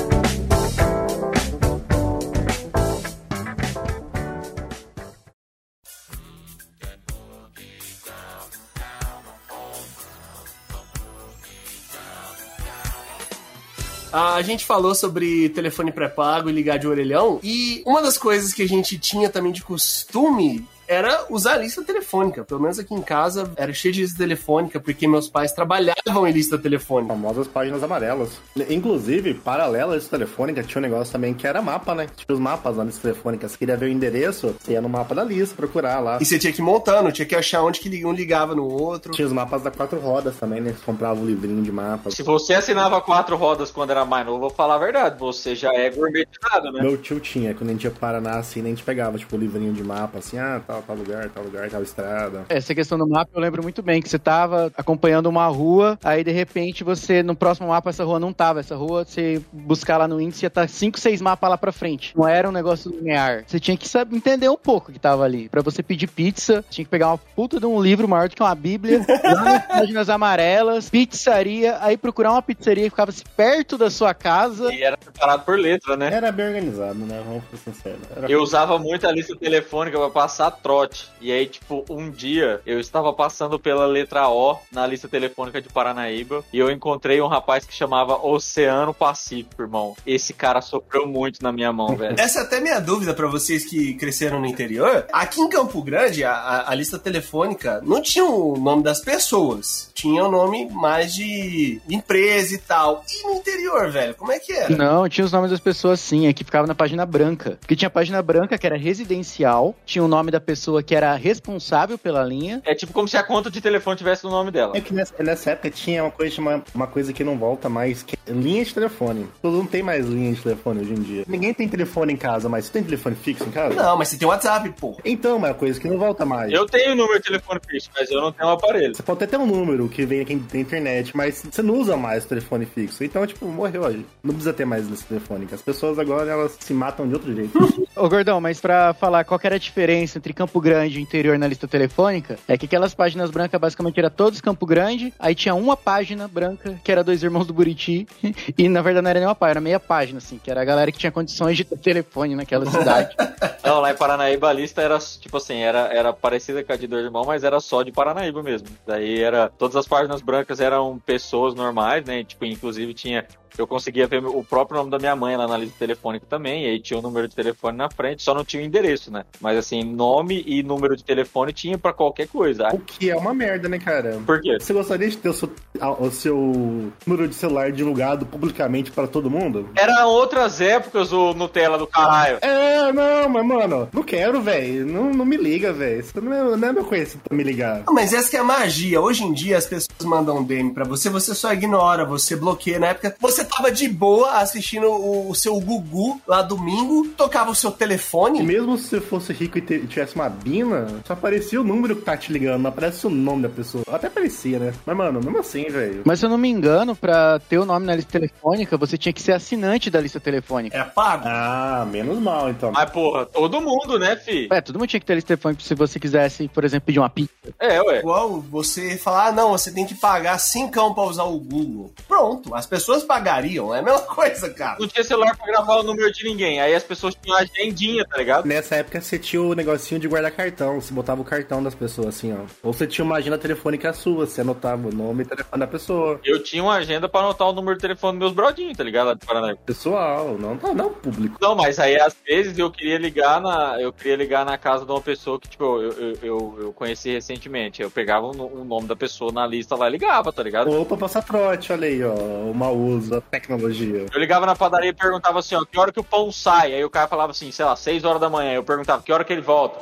Speaker 2: A gente falou sobre telefone pré-pago e ligar de orelhão, e uma das coisas que a gente tinha também de costume era usar a lista telefônica. Pelo menos aqui em casa era cheio de lista telefônica, porque meus pais trabalhavam em lista telefônica.
Speaker 3: Famosas páginas amarelas. Inclusive, paralela à lista telefônica, tinha um negócio também que era mapa, né? Tinha os mapas na lista telefônica. Você queria ver o endereço, você ia no mapa da lista, procurar lá.
Speaker 2: E você tinha que ir montando, tinha que achar onde que um ligava no outro.
Speaker 3: Tinha os mapas da quatro rodas também, né? Você comprava um livrinho de mapa.
Speaker 5: Se você assinava quatro rodas quando era mais novo, eu vou falar a verdade, você já é gourmetizado, né?
Speaker 3: Meu tio tinha, quando a gente ia pro Paraná, assim, a gente pegava, tipo, o livrinho de mapa, assim, ah, tal, tal lugar, tal lugar, tal estrada.
Speaker 4: É, Essa questão do mapa eu lembro muito bem, que você tava acompanhando uma rua, aí de repente você, no próximo mapa, essa rua não tava. Essa rua, você buscar lá no índice, ia estar 5, 6 mapas lá pra frente. Não era um negócio linear. Você tinha que saber, entender um pouco o que tava ali. Pra você pedir pizza, tinha que pegar uma puta de um livro maior do que uma bíblia, lá nas páginas amarelas, pizzaria, aí procurar uma pizzaria que ficava perto da sua casa.
Speaker 5: E era separado por letra, né?
Speaker 3: Era bem organizado, né? Vamos ser sinceros. Era...
Speaker 5: Eu usava muito a lista telefônica pra passar trote. E aí, tipo, um dia eu estava passando pela letra O na lista telefônica de Paranaíba e eu encontrei um rapaz que chamava Oceano Pacífico, irmão. Esse cara sofreu muito na minha mão, velho.
Speaker 2: Essa é até minha dúvida pra vocês que cresceram no interior. Aqui em Campo Grande, a- a, a lista telefônica não tinha o nome das pessoas. Tinha o nome mais de empresa e tal. E no interior, velho, como é que era?
Speaker 4: Não, tinha os nomes das pessoas sim, é que ficava na página branca. Porque tinha a página branca que era residencial, tinha o nome da pessoa que era responsável pela linha.
Speaker 5: É tipo como se a conta de telefone tivesse o nome dela.
Speaker 3: É que nessa, nessa época tinha uma coisa, uma, uma coisa que não volta mais, que é linha de telefone. Todo mundo tem mais linha de telefone hoje em dia. Ninguém tem telefone em casa, mas você tem telefone fixo em casa?
Speaker 2: Não, mas você tem WhatsApp, pô.
Speaker 3: Então, mas é uma coisa que não volta mais.
Speaker 5: Eu tenho o número de telefone fixo, mas eu não tenho o aparelho.
Speaker 3: Você pode até ter um número que vem aqui da internet, mas você não usa mais telefone fixo. Então, tipo, morreu hoje. Não precisa ter mais lista telefônica. As pessoas agora, elas se matam de outro jeito.
Speaker 4: Ô, Gordão, mas pra falar qual que era a diferença entre Campo Grande e o interior na lista telefônica, é que aquelas páginas brancas basicamente era todos Campo Grande, aí tinha uma página branca, que era dois irmãos do Buriti, e na verdade não era nem uma página, era meia página, assim, que era a galera que tinha condições de ter telefone naquela cidade.
Speaker 5: Não, lá em Paranaíba a lista era, tipo assim, era, era parecida com a de dois irmãos, mas era só de Paranaíba mesmo. Daí era. Todas as páginas brancas eram pessoas normais, né? E, tipo, inclusive tinha. Eu conseguia ver o próprio nome da minha mãe lá na lista telefônica também, e aí tinha o número de telefone na frente, só não tinha o endereço, né? Mas assim, nome e número de telefone tinha pra qualquer coisa.
Speaker 3: o que é uma merda, né, cara?
Speaker 5: Por quê?
Speaker 3: Você gostaria de ter o seu, a- o seu número de celular divulgado publicamente para todo mundo?
Speaker 5: Eram outras épocas, o Nutella do caralho.
Speaker 3: É, não, mas, mano, não quero, velho. Não, não me liga, velho. Isso não é, não é meu conhecimento pra me ligar.
Speaker 2: Ah, Mas essa que é a magia. Hoje em dia as pessoas mandam DM pra você, você só ignora, você bloqueia. Na época você tava de boa assistindo o, o seu Gugu lá domingo, tocava o seu
Speaker 3: E
Speaker 2: telefone.
Speaker 3: mesmo se você fosse rico e te- tivesse uma bina, só aparecia o número que tá te ligando, não aparece o nome da pessoa. Até parecia, né? Mas, mano, mesmo assim, velho.
Speaker 4: mas se eu não me engano, pra ter o nome na lista telefônica, você tinha que ser assinante da lista telefônica.
Speaker 2: Era pago.
Speaker 5: É.
Speaker 3: Ah, menos mal, então.
Speaker 5: Mas, porra, todo mundo, né, fi?
Speaker 4: É, todo mundo tinha que ter lista telefônica se você quisesse, por exemplo, pedir uma pizza.
Speaker 5: É, ué.
Speaker 2: Igual você falar, ah, não, você tem que pagar 5 pra usar o Google. Pronto, as pessoas pagariam, é a mesma coisa, cara.
Speaker 5: Não tinha celular pra gravar o número de ninguém. Aí as pessoas tinham agendinha, tá ligado?
Speaker 3: Nessa época você tinha o negocinho de guardar cartão, você botava o cartão das pessoas assim, ó. Ou você tinha uma agenda telefônica sua, você anotava o nome e telefone da pessoa.
Speaker 5: Eu tinha uma agenda pra anotar o número de telefone dos meus brodinhos, tá ligado? Lá de Paraná.
Speaker 3: Pessoal, não, não, não público.
Speaker 5: Não, mas aí às vezes eu queria ligar na. Eu queria ligar na casa de uma pessoa que, tipo, eu, eu, eu, eu conheci recentemente. Eu pegava o no- o nome da pessoa na lista lá e ligava, tá ligado?
Speaker 3: Ou pra passar trote, olha aí, ó. O mau uso, a tecnologia.
Speaker 5: Eu ligava na padaria e perguntava assim, ó, que hora que o pão sai? Aí o cara falava assim, sei lá, 6 horas da manhã. Eu perguntava, que hora que ele volta?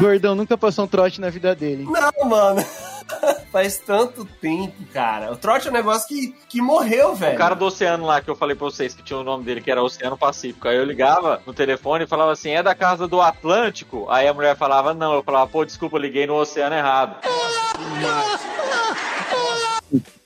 Speaker 4: Gordão nunca passou um trote na vida dele.
Speaker 2: Não, mano. Faz tanto tempo, cara. O trote é um negócio que, que morreu, velho.
Speaker 5: O cara do oceano lá que eu falei pra vocês que tinha o nome dele, que era Oceano Pacífico. Aí eu ligava no telefone e falava assim: é da casa do Atlântico? Aí a mulher falava: não. Eu falava: pô, desculpa, eu liguei no oceano errado.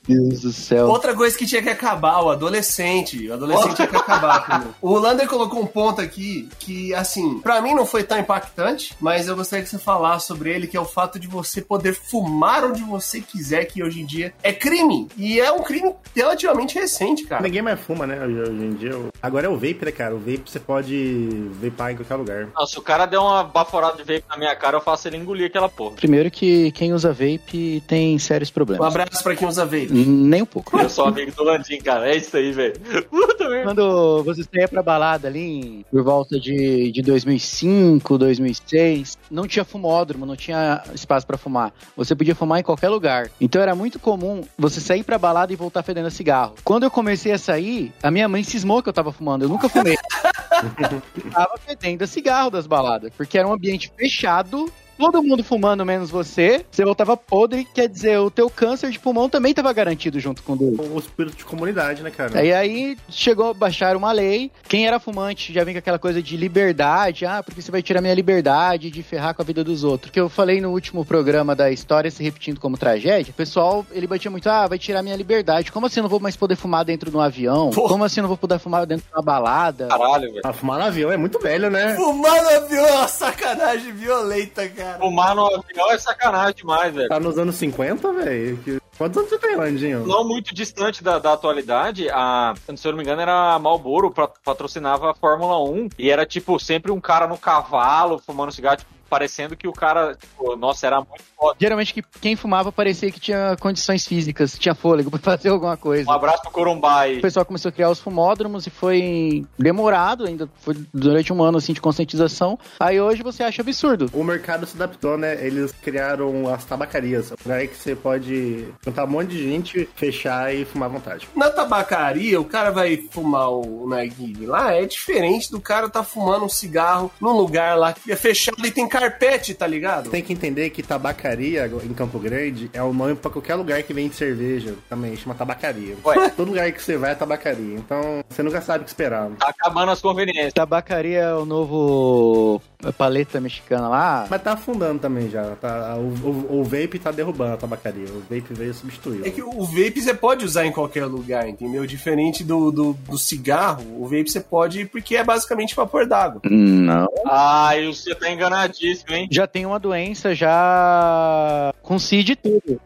Speaker 4: Deus do céu.
Speaker 2: Outra coisa que tinha que acabar, o adolescente. O adolescente tinha que acabar. Comigo. O Lander colocou um ponto aqui que, assim, pra mim não foi tão impactante, mas eu gostaria que você falasse sobre ele, que é o fato de você poder fumar onde você quiser, que hoje em dia é crime. E é um crime relativamente recente, cara.
Speaker 3: Ninguém mais fuma, né? Hoje, hoje em dia. Agora é o vape, né, cara? O vape você pode vapar em qualquer lugar.
Speaker 5: Nossa, se o cara der uma baforada de vape na minha cara, eu faço ele engolir aquela porra.
Speaker 4: Primeiro que quem usa vape tem sérios
Speaker 2: Um
Speaker 4: problemas.
Speaker 2: abraço pra quem usa vape.
Speaker 4: Nem um pouco.
Speaker 5: Eu sou amigo do Landim, cara. É isso aí, velho. Puta merda.
Speaker 4: Quando você saía pra balada ali, por volta de, de 2005, 2006, não tinha fumódromo, não tinha espaço pra fumar. Você podia fumar em qualquer lugar. Então era muito comum você sair pra balada e voltar fedendo a cigarro. Quando eu comecei a sair, a minha mãe cismou que eu tava fumando. Eu nunca fumei. Eu tava fedendo a cigarro das baladas, porque era um ambiente fechado. Todo mundo fumando, menos você. Você voltava podre, quer dizer, o teu câncer de pulmão também tava garantido junto com o do,
Speaker 3: O espírito de comunidade, né, cara?
Speaker 4: Aí é- aí chegou, baixaram uma lei. Quem era fumante já vem com aquela coisa de liberdade. Ah, porque você vai tirar minha liberdade de ferrar com a vida dos outros. Que eu falei no último programa da história se repetindo como tragédia. O pessoal, ele batia muito, ah, vai tirar minha liberdade. Como assim eu não vou mais poder fumar dentro de um avião?
Speaker 2: Porra.
Speaker 4: Como assim eu não vou poder fumar dentro de uma balada?
Speaker 5: Caralho, velho.
Speaker 3: Ah, fumar no avião é muito velho, né?
Speaker 2: Fumar no avião é uma sacanagem violenta, cara.
Speaker 5: Fumar no avião é sacanagem demais, velho.
Speaker 3: Tá nos anos 50, velho. que Quantos anos você tem, Landinho?
Speaker 5: Não muito distante da, da atualidade, a, se eu não me engano, era a Marlboro, pra- patrocinava a Fórmula 1, e era, tipo, sempre um cara no cavalo, fumando cigarro, tipo, parecendo que o cara, tipo, nossa, era muito foda.
Speaker 4: Geralmente que- quem fumava parecia que tinha condições físicas, tinha fôlego pra fazer alguma coisa.
Speaker 5: Um abraço pro Corumbá aí.
Speaker 4: O pessoal começou a criar os fumódromos e foi demorado, ainda foi durante um ano assim de conscientização. Aí hoje você acha absurdo.
Speaker 3: O mercado se adaptou, né? Eles criaram as tabacarias. É um Aí que você pode juntar um monte de gente, fechar e fumar à vontade.
Speaker 2: Na tabacaria, o cara vai fumar o narguile lá, é diferente do cara tá fumando um cigarro num lugar lá que é fechado e tem carpete, tá ligado?
Speaker 3: Tem que entender que tabacaria em Campo Grande é o nome pra qualquer lugar que vende cerveja também, chama tabacaria.
Speaker 5: Ué.
Speaker 3: Todo lugar que você vai é tabacaria, então você nunca sabe o que esperar.
Speaker 5: Tá acabando as conveniências.
Speaker 4: Tabacaria é o novo paleta mexicana lá.
Speaker 3: Mas tá afundando também já. tá- o, o- o vape tá derrubando a tabacaria. O vape veio substituir.
Speaker 2: É que o vape você pode usar em qualquer lugar, entendeu? Diferente do, do, do cigarro, o vape você pode porque é basicamente vapor d'água.
Speaker 4: Não.
Speaker 5: Ai, você tá enganadíssimo, hein?
Speaker 4: Já tem uma doença, já concide tudo.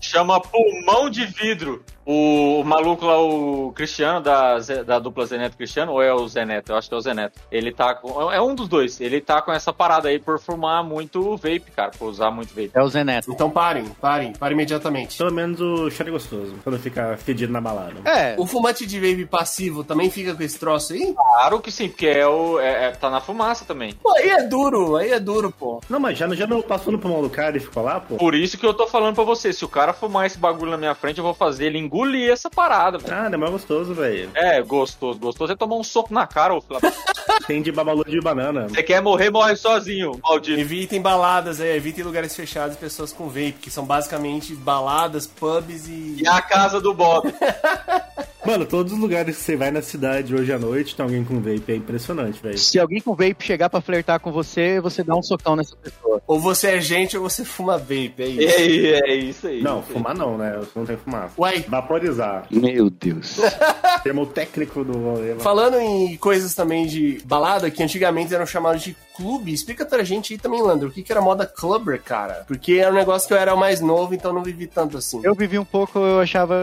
Speaker 5: Chama pulmão de vidro. O, maluco lá, o Cristiano, da, Zé- da dupla Zeneto Cristiano, ou é o Zeneto? Eu acho que é o Zeneto. Ele tá com. É um dos dois. Ele tá com essa parada aí por fumar muito vape, cara. Por usar muito vape.
Speaker 4: É o Zeneto.
Speaker 2: Então parem, parem, parem imediatamente.
Speaker 3: Pelo menos o cheiro é gostoso, pra não ficar fedido na balada.
Speaker 4: É,
Speaker 2: O fumante de vape passivo também fica com esse troço aí?
Speaker 5: Claro que sim, porque é o. é- é- tá na fumaça também.
Speaker 2: Pô, aí é duro, aí é duro, pô.
Speaker 3: Não, mas já, já não passou no pulmão do cara e ficou lá, pô?
Speaker 5: Por isso que eu tô falando pra você, se o cara fumar esse bagulho na minha frente, eu vou fazer ele engolir essa parada, velho.
Speaker 3: Ah, não é mais gostoso, velho.
Speaker 5: É, gostoso, gostoso é tomar um soco na cara, ô filho da p-
Speaker 3: Tem de babalu de banana.
Speaker 5: Você quer morrer, morre sozinho, maldito.
Speaker 2: Evitem baladas, é, evitem lugares fechados e pessoas com vape, que são basicamente baladas, pubs e.
Speaker 5: E a casa do Bob.
Speaker 3: É. Mano, todos os lugares que você vai na cidade hoje à noite tem alguém com vape. É impressionante, velho.
Speaker 4: se alguém com vape chegar pra flertar com você, você dá um socão nessa pessoa.
Speaker 2: Ou você é gente ou você fuma vape, é isso.
Speaker 5: É, é isso aí.
Speaker 3: Não, fumar não, né? Eu não tenho que fumar.
Speaker 2: Uai.
Speaker 3: Vaporizar.
Speaker 4: Meu Deus.
Speaker 3: Termo técnico do rolê.
Speaker 2: Falando em coisas também de balada, que antigamente eram chamados de clube, explica pra gente aí também, Landro, o que, que era moda clubber, cara? Porque era um negócio que eu era mais novo, então não vivi tanto assim.
Speaker 4: Eu vivi um pouco, eu achava.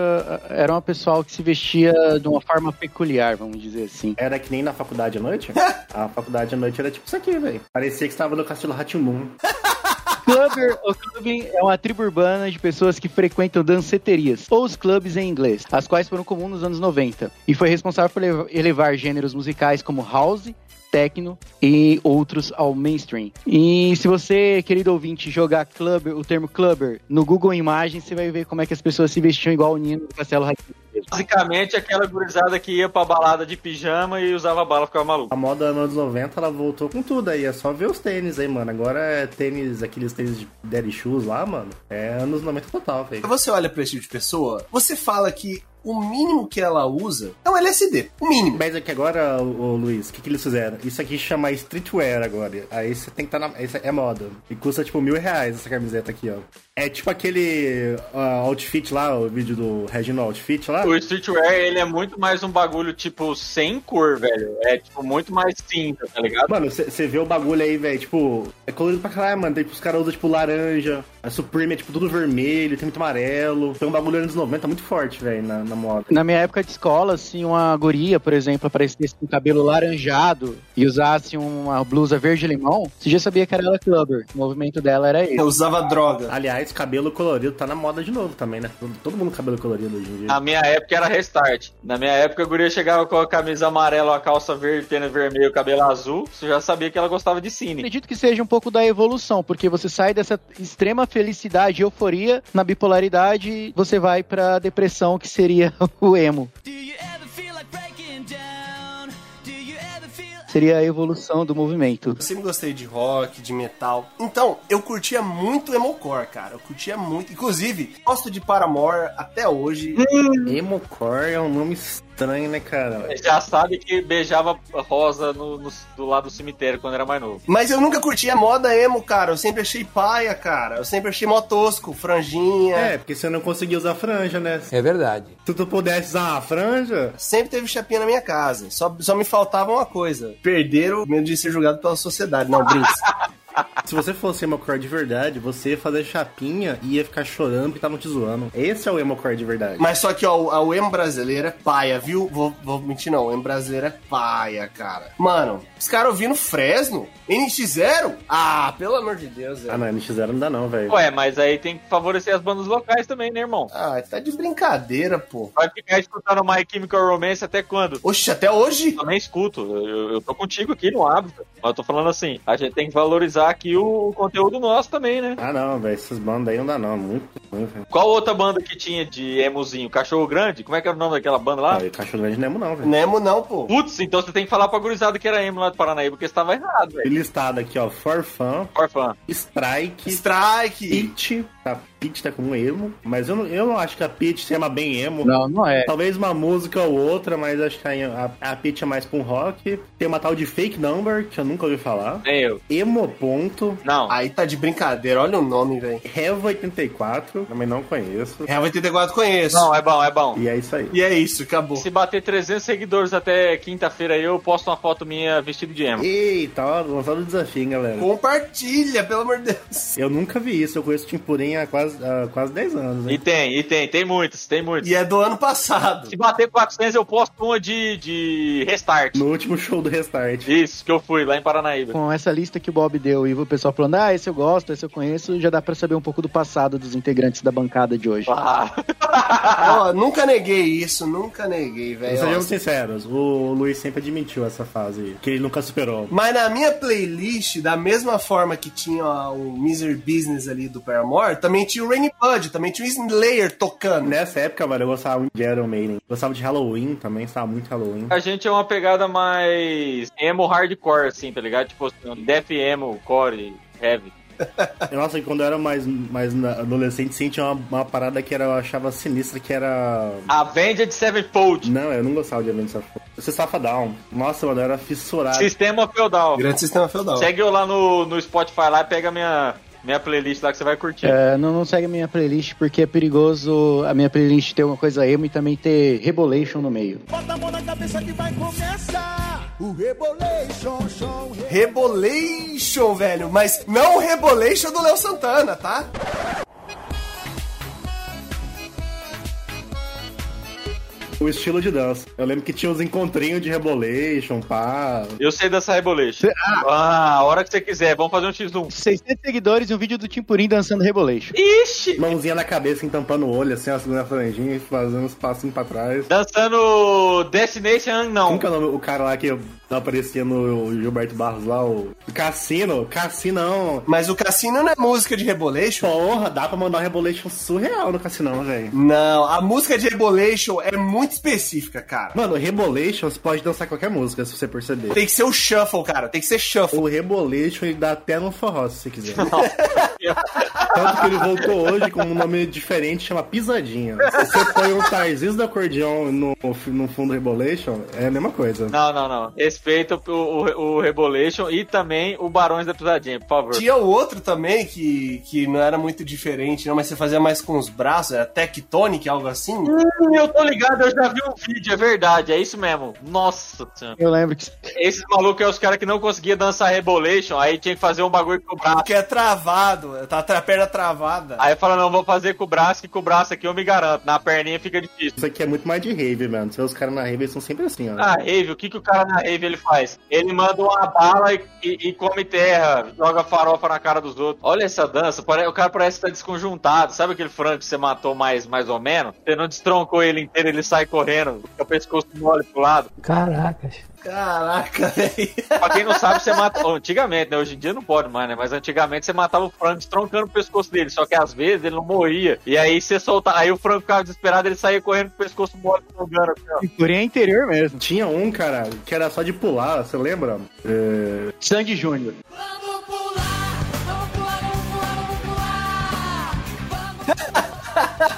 Speaker 4: Era uma pessoal que se vestia de uma forma peculiar, vamos dizer assim.
Speaker 3: Era que nem na faculdade à noite? a faculdade à noite era tipo isso aqui, velho. Parecia que você tava no Castelo Ratimbum.
Speaker 4: Clubber, o clubbing é uma tribo urbana de pessoas que frequentam danceterias, ou os clubes em inglês, as quais foram comuns nos anos 90, e foi responsável por lev- elevar gêneros musicais como house, techno e outros ao mainstream. E se você, querido ouvinte, jogar clubber, o termo clubber no Google Imagens, você vai ver como é que as pessoas se vestiam igual o Nino do Castelo Rá-Tim-Bum.
Speaker 5: Basicamente, aquela gurizada que ia pra balada de pijama e usava bala ficava maluco.
Speaker 3: A moda nos anos 90, ela voltou com tudo aí. É só ver os tênis aí, mano. Agora é tênis, aqueles tênis de daddy shoes lá, mano. É anos 90 total, velho.
Speaker 2: Você olha pra esse tipo de pessoa, você fala que o mínimo que ela usa é um LSD, o mínimo.
Speaker 3: Mas é que agora, ô, ô, Luiz, o que, que eles fizeram? Isso aqui chama streetwear agora. Aí você tem que estar na. Isso é moda. E custa tipo mil reais essa camiseta aqui, ó. É tipo aquele ah, outfit lá, o vídeo do Reginald Outfit lá.
Speaker 5: O streetwear, ele é muito mais um bagulho, tipo, sem cor, velho. É, tipo, muito mais cinza, tá ligado?
Speaker 3: Mano, você vê o bagulho aí, velho, tipo, é colorido pra caralho, mano. Tem, tipo, os caras usam, tipo, laranja. A Supreme é, tipo, tudo vermelho, tem muito amarelo. Tem um bagulho anos 90 muito forte, velho, na, na moda.
Speaker 4: Na minha época de escola, se uma guria, por exemplo, aparecesse com cabelo laranjado e usasse uma blusa verde-limão, você já sabia que era ela clubber. O movimento dela era esse.
Speaker 2: Eu usava droga.
Speaker 3: Aliás, cabelo colorido tá na moda de novo também, né? Todo, todo mundo com cabelo colorido hoje em dia.
Speaker 11: Ah,
Speaker 5: Na minha época era restart. Na minha época, a guria chegava com a camisa amarela, a calça verde, tênis vermelho, cabelo azul. Você já sabia que ela gostava de cine.
Speaker 4: Acredito que seja um pouco da evolução, porque você sai dessa extrema felicidade e euforia na bipolaridade e você vai pra depressão, que seria o emo. Seria a evolução do movimento.
Speaker 2: Eu sempre gostei de rock, de metal. Então, eu curtia muito emocore, cara. Eu curtia muito. Inclusive, gosto de Paramore até hoje.
Speaker 3: Emocore é um nome estranho, né, cara?
Speaker 5: Já sabe que beijava rosa no, no- do lado do cemitério quando era mais novo.
Speaker 2: Mas eu nunca curti a moda emo, cara. Eu sempre achei paia, cara. Eu sempre achei mó tosco, franjinha.
Speaker 3: É, porque você não conseguia usar franja, né?
Speaker 11: É verdade.
Speaker 3: Se tu pudesse usar a franja,
Speaker 2: Sempre teve chapinha na minha casa. Só, só me faltava uma coisa: perder o medo de ser julgado pela sociedade. Não, brinks.
Speaker 3: Se você fosse emocore de verdade, você ia fazer chapinha e ia ficar chorando porque estavam te zoando. Esse é o emocore de verdade.
Speaker 2: Mas só que, ó, a UEM brasileira é paia, viu? Vou, vou mentir, não. A UEM brasileira é paia, cara. Mano, os caras ouvindo Fresno? NX0? Ah, pelo amor de Deus, velho.
Speaker 3: Ah, não, NX0 não dá não, velho.
Speaker 5: Ué, mas aí tem que favorecer as bandas locais também, né, irmão?
Speaker 2: Ah, tá de brincadeira, pô.
Speaker 5: Vai ficar escutando My Chemical Romance até quando?
Speaker 2: Oxe, até hoje?
Speaker 5: Eu também escuto. Eu, eu tô contigo aqui no hábito. Mas eu tô falando assim, a gente tem que valorizar aqui o, o conteúdo nosso também, né?
Speaker 3: Ah, não, velho. Essas bandas aí não dá não. é Muito ruim, velho.
Speaker 5: Qual outra banda que tinha de emozinho? Cachorro Grande? Como é que era o nome daquela banda lá?
Speaker 3: Ah, e Cachorro Grande não é emo não, velho.
Speaker 2: Nemo não, pô.
Speaker 5: Putz, então você tem que falar pra gurizada que era emo lá do Paranaíba, porque você tava errado, velho. é
Speaker 3: E Listado aqui, ó. Forfã,
Speaker 5: Orfã.
Speaker 3: Strike,
Speaker 2: Strike.
Speaker 3: Pit. A Pit tá como emo. Mas eu não, eu não acho que a Pit se ama bem emo.
Speaker 4: Não, não é.
Speaker 3: Talvez uma música ou outra, mas acho que a, a, a Pitty é mais pra um rock. Tem uma tal de Fake Number, que eu nunca ouvi falar.
Speaker 5: Nem eu.
Speaker 3: Emoponto,
Speaker 5: Não.
Speaker 2: Aí tá de brincadeira, olha o nome, velho.
Speaker 3: Reva 84, também não conheço.
Speaker 2: Real 84 conheço.
Speaker 5: Não, é bom, é bom.
Speaker 3: E é isso aí.
Speaker 2: E é isso, acabou.
Speaker 5: Se bater 300 seguidores até quinta-feira aí, eu posto uma foto minha vestido de emo.
Speaker 3: Eita, ó, lançado o desafio, hein, galera.
Speaker 2: Compartilha, pelo amor de Deus.
Speaker 3: Eu nunca vi isso, eu conheço o Timpurim há quase, há quase 10 anos,
Speaker 5: E
Speaker 3: hein?
Speaker 5: tem, e tem, tem muitos, tem muitos.
Speaker 2: E é do ano passado.
Speaker 5: Se bater 400, eu posto uma de, de restart.
Speaker 3: No último show do Restart.
Speaker 5: Isso, que eu fui lá em Paranaíba.
Speaker 4: Com essa lista que o Bob deu e o pessoal falando, ah, esse eu gosto, esse eu conheço, já dá pra saber um pouco do passado dos integrantes da bancada de hoje.
Speaker 5: Ah,
Speaker 2: Ah, Ó, nunca neguei isso, nunca neguei,
Speaker 3: Mas
Speaker 2: velho.
Speaker 3: Sejamos sinceros, o Luiz sempre admitiu essa fase aí, que ele nunca superou.
Speaker 2: Mas na minha playlist, da mesma forma que tinha ó, o Misery Business ali do Paramore, também tinha o Rainy Bud, também tinha o Slayer tocando. né?
Speaker 3: Nessa época, mano, eu gostava muito de Iron Maiden. Gostava de Halloween também, gostava muito de Halloween.
Speaker 5: a gente é uma pegada mais emo hardcore, assim, tá ligado? Tipo, assim, death emo, core, heavy.
Speaker 3: Nossa, e quando eu era mais, mais na- adolescente, sim, tinha uma, uma parada que era, eu achava sinistra, que era...
Speaker 5: Avenged Sevenfold,
Speaker 3: Não, eu não gostava de Avenged Sevenfold. Você Safa Down. Nossa, mano, eu era fissurado.
Speaker 5: Sistema Feudal.
Speaker 2: Grande sistema feudal.
Speaker 5: Segue eu lá no, no Spotify lá e pega minha, minha playlist lá que você vai curtir.
Speaker 4: É, não, não segue a minha playlist porque é perigoso a minha playlist ter uma coisa emo e também ter Rebolation no meio.
Speaker 1: Bota a mão na cabeça que vai começar o Rebolation Show.
Speaker 2: Rebolation, velho, mas não o Rebolation do Léo Santana, tá?
Speaker 3: O estilo de dança. Eu lembro que tinha os encontrinhos de Rebolation, pá.
Speaker 5: Eu sei dessa rebolation. Ah, a hora que você quiser. Vamos fazer um X1.
Speaker 4: 600 seguidores e um vídeo do Timpurim dançando Rebolation.
Speaker 5: Ixi!
Speaker 3: Mãozinha na cabeça, entampando o olho, assim, ó, segurando a franjinha, e fazendo uns passinhos pra trás.
Speaker 5: Dançando Destination
Speaker 3: Como
Speaker 5: não.
Speaker 3: que é o nome? O cara lá que aparecia no Gilberto Barros lá, o Cassino. Cassinão.
Speaker 2: Mas o Cassino não é música de Rebolation?
Speaker 3: Porra, dá pra mandar um Rebolation surreal no Cassinão, velho.
Speaker 2: Não, a música de Rebolation é muito específica, cara.
Speaker 3: Mano, Rebolation, você pode dançar qualquer música, se você perceber.
Speaker 2: Tem que ser o shuffle, cara, tem que ser shuffle.
Speaker 3: O Rebolation, ele dá até no forró, se você quiser. Tanto que ele voltou hoje com um nome diferente, chama Pisadinha. Se você põe um Tarziz do acordeão no, no fundo do Rebolation, é a mesma coisa.
Speaker 5: Não, não, não. Respeita o, o, o Rebolation e também o Barões da Pisadinha, por favor.
Speaker 2: Tinha o outro também que, que não era muito diferente, não, mas você fazia mais com os braços, era tectonic, algo assim.
Speaker 5: Hum, Eu tô ligado, eu já vi um vídeo, é verdade, é isso mesmo. Nossa senhora.
Speaker 4: Eu lembro que
Speaker 5: Esses malucos é os caras que não conseguiam dançar Rebolation, aí tinha que fazer um bagulho com o braço.
Speaker 2: Porque é travado, tá tra- a perna travada.
Speaker 5: Aí fala, não, vou fazer com o braço, que com o braço aqui eu me garanto. Na perninha fica difícil.
Speaker 3: Isso aqui é muito mais de rave, mano. Você vê Os caras na rave eles são sempre assim, ó.
Speaker 5: Na rave, o que, que o cara na rave ele faz? Ele manda uma bala e, e- e come terra, joga farofa na cara dos outros. Olha essa dança, pare- o cara parece que tá desconjuntado. Sabe aquele frango que você matou mais, mais ou menos? Você não destroncou ele inteiro, ele sai correndo, fica o pescoço mole pro lado.
Speaker 2: Caraca, velho.
Speaker 5: Pra quem não sabe, você mata. Antigamente, né? Hoje em dia não pode mais, né? Mas antigamente você matava o frango troncando o pescoço dele. Só que às vezes ele não morria. E aí você soltava. Aí o frango ficava desesperado, ele saía correndo com o pescoço mole trocando. Assim, ó.
Speaker 4: Timpurim é interior mesmo.
Speaker 3: Tinha um, cara, que era só de pular, você lembra? É,
Speaker 4: Sandy Júnior.
Speaker 9: Vamos pular, vamos pular, vamos pular, vamos pular. Vamos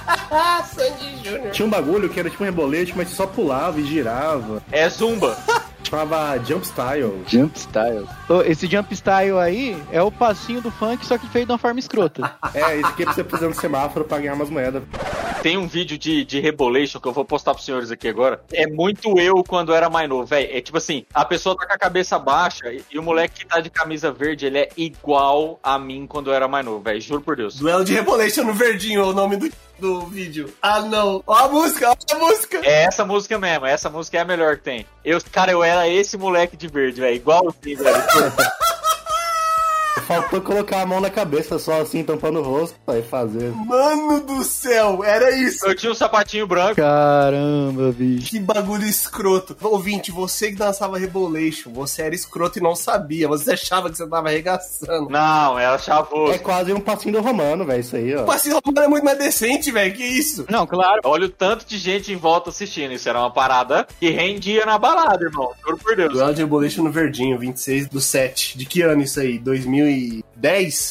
Speaker 3: Tinha um bagulho que era tipo um rebolete, mas você só pulava e girava.
Speaker 5: É zumba.
Speaker 3: Chamava Jump Style.
Speaker 4: Jump Style. Ô, Esse Jump Style aí é o passinho do funk, só que feito de uma forma escrota.
Speaker 3: É, isso aqui é pra você fazer um semáforo pra ganhar umas moedas.
Speaker 5: Tem um vídeo de, de Rebolation que eu vou postar pros senhores aqui agora. É muito eu quando era mais novo, velho. É tipo assim, a pessoa tá com a cabeça baixa e, e o moleque que tá de camisa verde, ele é igual a mim quando eu era mais novo, velho. Juro por Deus.
Speaker 2: Duelo de Rebolation no Verdinho é o nome do, do vídeo. Ah, não. Ó a música, ó a música.
Speaker 5: É essa música mesmo, essa música é a melhor que tem. Eu, cara, eu era esse moleque de verde, velho. Igualzinho, velho.
Speaker 3: Faltou colocar a mão na cabeça só assim, tampando o rosto, aí fazer.
Speaker 2: Mano do céu, era isso.
Speaker 5: Eu tinha um sapatinho branco.
Speaker 4: Caramba, bicho.
Speaker 2: Que bagulho escroto. Ouvinte, você que dançava Rebolation, você era escroto e não sabia. Você achava que você tava arregaçando.
Speaker 5: Não, ela chavou.
Speaker 3: É quase um passinho do romano, velho, isso aí,
Speaker 2: O
Speaker 3: ó.
Speaker 2: passinho romano é muito mais decente, velho. Que isso?
Speaker 4: Não, claro.
Speaker 5: Olha o tanto de gente em volta assistindo. Isso era uma parada que rendia na balada, irmão. Juro por Deus.
Speaker 2: Duelo de Rebolation no Verdinho, 26 do 7. De que ano isso aí? 2010?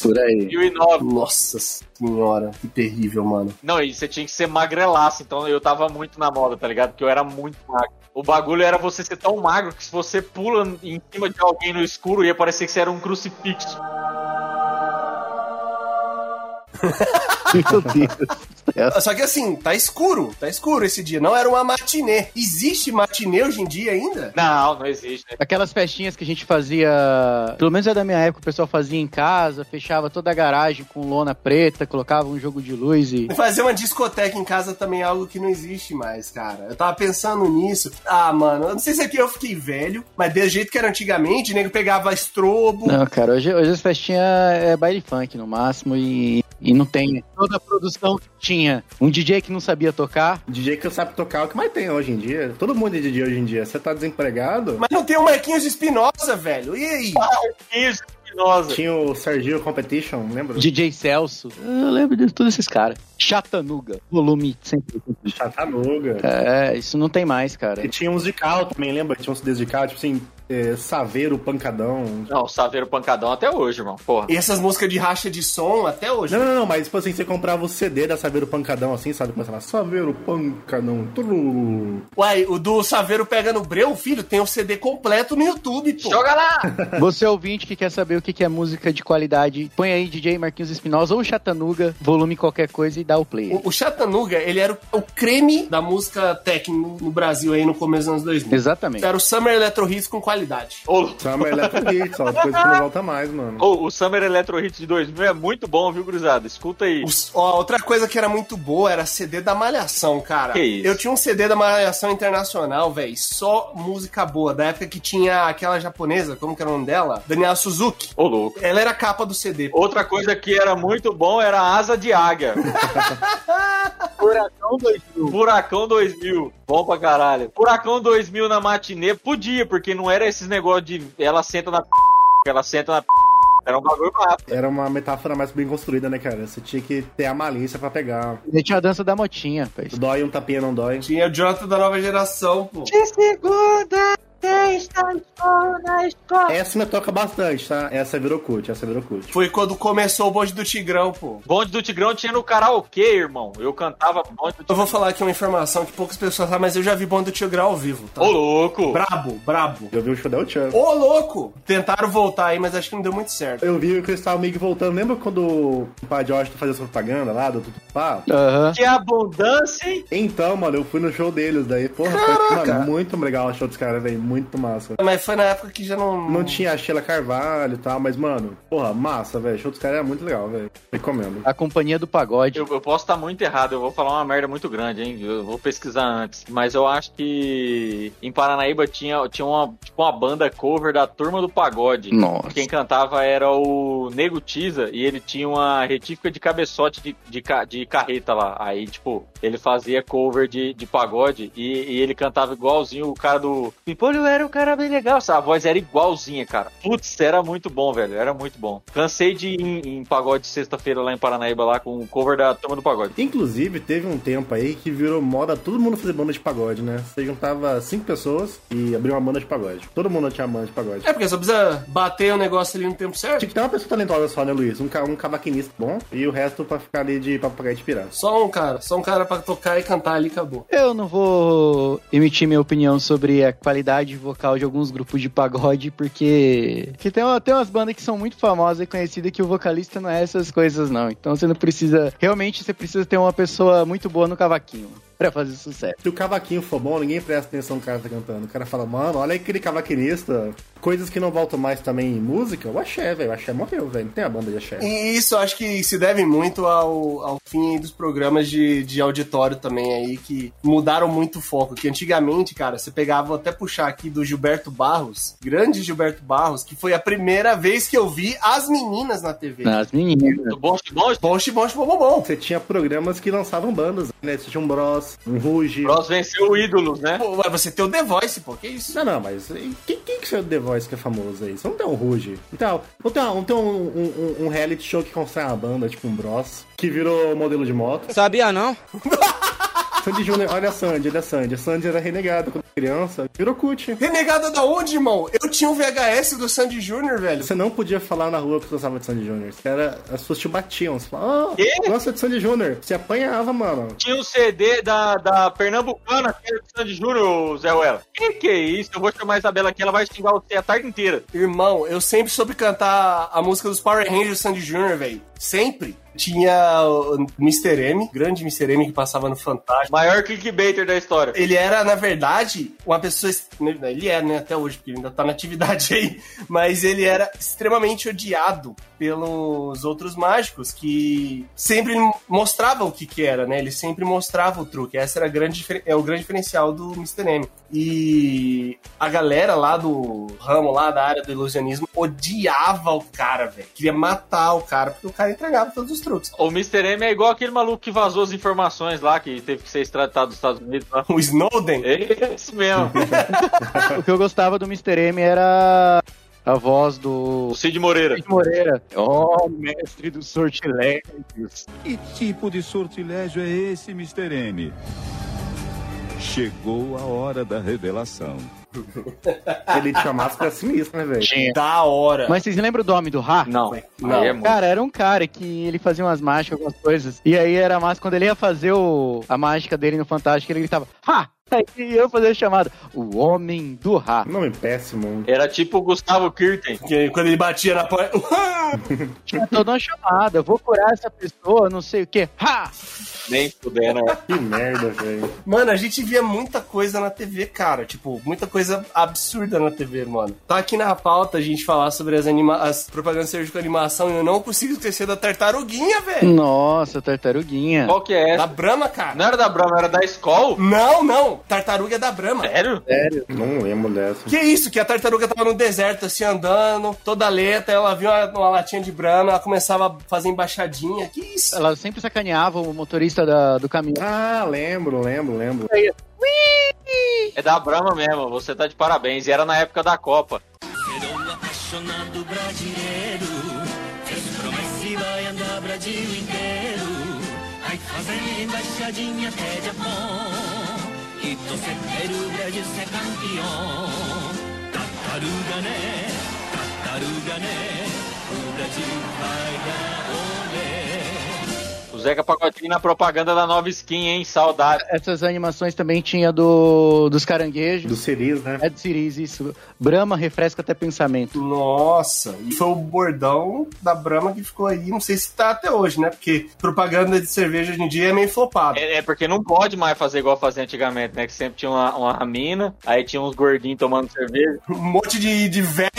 Speaker 4: Por aí.
Speaker 5: 2009.
Speaker 2: Nossa senhora, que terrível, mano.
Speaker 5: Não, e você tinha que ser magrelaço. Então eu tava muito na moda, tá ligado? Porque eu era muito magro. O bagulho era você ser tão magro que se você pula em cima de alguém no escuro, ia parecer que você era um crucifixo.
Speaker 4: Meu Deus.
Speaker 2: Só que assim, tá escuro, tá escuro esse dia. Não era uma matinê. Existe matinê hoje em dia ainda?
Speaker 5: Não, não existe, né?
Speaker 4: Aquelas festinhas que a gente fazia, pelo menos é da minha época, o pessoal fazia em casa, fechava toda a garagem com lona preta, colocava um jogo de luz e.
Speaker 2: Fazer uma discoteca em casa também é algo que não existe mais, cara. Eu tava pensando nisso. Ah, mano, eu não sei se aqui eu fiquei velho, mas do jeito que era antigamente, nego pegava estrobo.
Speaker 4: Não, cara, hoje, hoje as festinhas é baile funk no máximo e, e não tem. Toda a produção que tinha um DJ que não sabia tocar.
Speaker 3: DJ que sabe tocar é o que mais tem hoje em dia. Todo mundo é DJ hoje em dia. Você tá desempregado?
Speaker 2: Mas não tem o Marquinhos Espinosa, velho. E aí?
Speaker 5: Isso, espinosa.
Speaker 3: Tinha o Sergio Competition, lembra?
Speaker 4: DJ Celso. Eu lembro de todos esses caras. Chatanuga. Volume 180.
Speaker 3: Chatanuga.
Speaker 4: É, isso não tem mais, cara.
Speaker 3: E tinha uns de carro também, lembra? Tinha uns CDs de carro, tipo assim, é, Saveiro, Pancadão.
Speaker 5: Não, o Saveiro Pancadão até hoje, irmão. Porra.
Speaker 2: E essas músicas de racha de som até hoje.
Speaker 3: Não, não, não, mas tipo assim, você comprava o CD da Saveiro Pancadão, assim, sabe? Começava Saveiro Pancadão. Tururu.
Speaker 2: Uai, o do Saveiro pega no breu, filho, tem o CD completo no YouTube, pô.
Speaker 5: Joga lá!
Speaker 4: Você ouvinte que quer saber o que que é música de qualidade, põe aí DJ Marquinhos Espinosa ou Chatanuga, volume qualquer coisa e dá o play.
Speaker 2: O, o Chatanuga, ele era o, o creme da música techno no Brasil aí no começo dos anos 2000.
Speaker 4: Exatamente.
Speaker 2: Era o Summer Electro Hits com qualidade.
Speaker 5: Ô,
Speaker 3: Summer Electro Hits, ó, coisa que não volta mais, mano.
Speaker 5: Ô, o Summer Electro Hit de 2000 é muito bom, viu, Cruzado? Escuta aí.
Speaker 2: Os- ó, outra coisa que era muito boa era CD da Malhação, cara.
Speaker 5: Que isso?
Speaker 2: Eu tinha um CD da Malhação Internacional, velho. Só música boa. Da época que tinha aquela japonesa, como que era o nome dela? Daniela Suzuki.
Speaker 5: Ô, louco.
Speaker 2: Ela era a capa do CD.
Speaker 5: Outra coisa que era muito bom era a Asa de Águia. Furacão 2000. Furacão 2000. Bom pra caralho. Furacão 2000 na matinê podia, porque não era esses negócios de ela senta na p... ela senta na p... Era um bagulho massa.
Speaker 3: Era uma metáfora mais bem construída, né, cara? Você tinha que ter a malícia pra pegar.
Speaker 4: E tinha a dança da motinha, rapaz.
Speaker 3: Dói um tapinha, não dói.
Speaker 2: Tinha o Jonathan da nova geração, pô.
Speaker 3: Essa me toca bastante, tá? Essa virou cult, essa virou cult.
Speaker 2: Foi quando começou o bonde do Tigrão, pô.
Speaker 5: Bonde do Tigrão tinha no karaokê, irmão. Eu cantava Bonde do
Speaker 2: Eu
Speaker 5: Tigrão.
Speaker 2: vou falar aqui uma informação que poucas pessoas sabem, mas eu já vi bonde do Tigrão ao vivo, tá?
Speaker 5: Ô, louco.
Speaker 2: Brabo, brabo.
Speaker 3: Eu vi o show da Chan.
Speaker 2: Ô, louco! Tentaram voltar aí, mas acho que não deu muito certo.
Speaker 3: Eu vi o Crystal Mig voltando. Lembra quando o pai de Washington fazia essa propaganda lá do Tutupá?
Speaker 4: Aham.
Speaker 5: Que abundância, hein?
Speaker 3: Então, mano, eu fui no show deles daí. Porra, foi mano, muito legal o show dos caras, velho. Muito massa.
Speaker 2: Mas foi na época que já não.
Speaker 3: Não tinha a Sheila Carvalho e tal, mas, mano, porra, massa, velho. O show dos caras era muito legal, velho. Recomendo.
Speaker 4: A companhia do pagode.
Speaker 5: Eu, eu posso estar muito errado, eu vou falar uma merda muito grande, hein? Eu vou pesquisar antes. Mas eu acho que em Paranaíba tinha, tinha uma, tipo, uma banda cover da Turma do Pagode.
Speaker 4: Nossa.
Speaker 5: Quem cantava era o Nego Tiza e ele tinha uma retífica de cabeçote de, de, ca- de carreta lá. Aí, tipo, ele fazia cover de, de pagode e, e ele cantava igualzinho o cara do. Pimpolho era um cara bem legal, sabe? A voz era igualzinha, cara. Putz, era muito bom, velho. Era muito bom. Cansei de ir em, em pagode sexta-feira lá em Paranaíba, lá com o cover da turma do pagode.
Speaker 3: Inclusive, teve um tempo aí que virou moda todo mundo fazer banda de pagode, né? Você juntava cinco pessoas e abriu uma banda de pagode. Todo mundo tinha banda de pagode.
Speaker 2: É porque só precisa bater o negócio ali no tempo certo.
Speaker 3: Tinha que ter uma pessoa talentosa só, né, Luiz? Um, ca- um cavaquinista bom e o resto pra ficar ali de papagaio de pirata.
Speaker 2: Só um cara, só um cara pra tocar e cantar ali, acabou.
Speaker 4: Eu não vou emitir minha opinião sobre a qualidade vo- vocal de alguns grupos de pagode, porque, porque tem, uma- tem umas bandas que são muito famosas e conhecidas que o vocalista não é essas coisas, não. Então você não precisa. Realmente você precisa ter uma pessoa muito boa no cavaquinho pra fazer sucesso.
Speaker 3: Se o cavaquinho for bom, ninguém presta atenção no cara que tá cantando. O cara fala, mano, olha aquele cavaquinista. Coisas que não voltam mais também em música. O Axé, velho. O Axé morreu, velho. Não tem a banda de Axé.
Speaker 2: E isso acho que se deve muito ao, ao fim dos programas de, de auditório também aí, que mudaram muito o foco. Que antigamente, cara, você pegava, vou até puxar aqui do Gilberto Barros, grande Gilberto Barros, que foi a primeira vez que eu vi as meninas na TV.
Speaker 4: As meninas.
Speaker 5: Do bom, bom,
Speaker 2: Bom, chi, bom, chi, bom, bom, bom.
Speaker 3: Você tinha programas que lançavam bandas, né? Você tinha um Bros, um Ruge.
Speaker 5: Bros venceu o ídolos, né?
Speaker 2: Pô, mas você tem o The Voice, pô, que isso?
Speaker 3: Não, não, mas e quem, quem que foi o The Voice que é famoso aí? Você não tem um Ruge. Então, não tem, não tem um, um- um- um reality show que constrói uma banda, tipo um Bros, que virou modelo de moto.
Speaker 10: Sabia não?
Speaker 3: Sandy Júnior, olha a Sandy, olha a Sandy. A Sandy era renegada quando criança, virou cut.
Speaker 2: Renegada da onde, irmão? Eu tinha um VHS do Sandy Júnior, velho.
Speaker 3: Você não podia falar na rua que gostava de Sandy Júnior. Você Era, as pessoas te batiam. Você falava, ah,
Speaker 5: Quê?
Speaker 3: gosta de Sandy Júnior. Você apanhava, mano.
Speaker 5: Tinha o CD da, da Pernambucana, que era do Sandy Júnior, Zé Ruela. Que que é isso? Eu vou chamar a Isabela aqui, ela vai xingar você a tarde inteira.
Speaker 2: Irmão, eu sempre soube cantar a música dos Power Rangers do Sandy Júnior, velho. Sempre. Tinha o Mr. M, grande Mr. M que passava no Fantástico.
Speaker 5: Maior clickbaiter da história.
Speaker 2: Ele era, na verdade, uma pessoa. est- Ele é, né, até hoje, porque ele ainda tá na atividade aí. Mas ele era extremamente odiado pelos outros mágicos, que sempre mostrava o que que era, né? Ele sempre mostrava o truque. Essa era a grande, difer- é o grande diferencial do Mr. M. E a galera lá do ramo, lá da área do ilusionismo, odiava o cara, velho. Queria matar o cara, porque o cara entregava todos os truques.
Speaker 5: O Mr. M é igual aquele maluco que vazou as informações lá, que teve que ser extraditado dos Estados Unidos lá.
Speaker 2: O Snowden,
Speaker 5: Esse mesmo.
Speaker 4: o que eu gostava do Mr. M era a voz do.
Speaker 5: o Cid Moreira.
Speaker 4: Cid Moreira. Oh, mestre dos sortilégios.
Speaker 1: Que tipo de sortilégio é esse, Mr. M? Chegou a hora da revelação.
Speaker 3: Ele tinha máscara sinistra, né, velho?
Speaker 2: da hora.
Speaker 4: Mas vocês lembram do homem do Ra?
Speaker 5: Não,
Speaker 2: Não.
Speaker 5: aí é muito.
Speaker 4: Cara, era um cara que ele fazia umas mágicas, algumas coisas. E aí era massa. Quando ele ia fazer o- a mágica dele no Fantástico, ele gritava, Ha! Aí eu fazia o chamado, o Homem do Ra.
Speaker 3: Nome péssimo.
Speaker 5: Era tipo o Gustavo Kirten.
Speaker 2: Porque quando ele batia na porta.
Speaker 4: Tinha toda uma chamada, vou curar essa pessoa, não sei o quê. Ha!
Speaker 5: Nem puder, né?
Speaker 3: Que merda, velho.
Speaker 2: Mano, a gente via muita coisa na TV, cara. Tipo, muita coisa absurda na TV, mano. Tá aqui na pauta a gente falar sobre as, anima as propagandas cirúrgicas de animação e eu não consigo esquecer da tartaruguinha,
Speaker 4: Hum.
Speaker 2: velho.
Speaker 4: Nossa, tartaruguinha.
Speaker 5: Qual que é
Speaker 2: Da
Speaker 5: essa?
Speaker 2: Brahma, cara.
Speaker 5: Não era da Brava, era da Skol?
Speaker 2: Não, não. Tartaruga é da Brahma.
Speaker 5: Sério?
Speaker 3: Não lembro dessa.
Speaker 2: Que isso, que a tartaruga tava no deserto, assim, andando, toda lenta, ela viu uma, uma latinha de Brahma, ela começava a fazer embaixadinha. Que isso?
Speaker 4: Ela sempre sacaneava o motorista da- do caminhão.
Speaker 3: Ah, lembro, lembro, lembro.
Speaker 5: É da Brahma mesmo, você tá de parabéns. E era na época da Copa. um né? O Zeca Pacotinho na propaganda da nova skin, hein? Saudade.
Speaker 4: Essas animações também tinha do, dos caranguejos.
Speaker 3: Do Ceris, né?
Speaker 4: É de Ciris, isso. Brahma refresca até pensamento.
Speaker 2: Nossa, e foi o bordão da Brahma que ficou aí, não sei se tá até hoje, né? Porque propaganda de cerveja hoje em dia é meio flopada.
Speaker 5: É, é porque não pode mais fazer igual fazia antigamente, né? Que sempre tinha uma, uma mina, aí tinha uns gordinhos tomando cerveja,
Speaker 2: um monte de, de velho.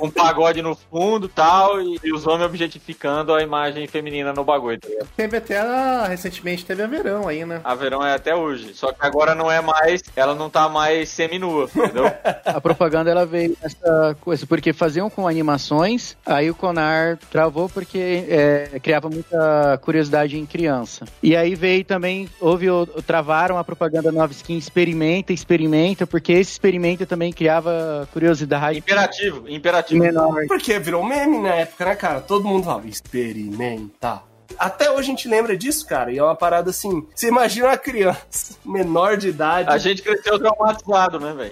Speaker 5: um pagode no fundo tal, e, e os homens objetificando a imagem feminina no bagulho. tá ligado?
Speaker 3: Teve até a... Recentemente teve a Verão aí, né?
Speaker 5: A Verão é até hoje. Só que agora não é mais. Ela não tá mais seminua, entendeu?
Speaker 4: A propaganda ela veio essa coisa, porque faziam com animações, aí o Conar travou porque é, criava muita curiosidade em criança. E aí veio também, houve, o- travaram a propaganda nova skin, experimenta, experimenta, porque esse experimenta também criava curiosidade
Speaker 5: imperativo, imperativo.
Speaker 4: menor.
Speaker 2: Porque virou meme na época, né, cara? Todo mundo fala, experimenta. Até hoje a gente lembra disso, cara. E é uma parada assim. Você imagina uma criança menor de idade.
Speaker 5: A gente cresceu traumatizado, né, velho?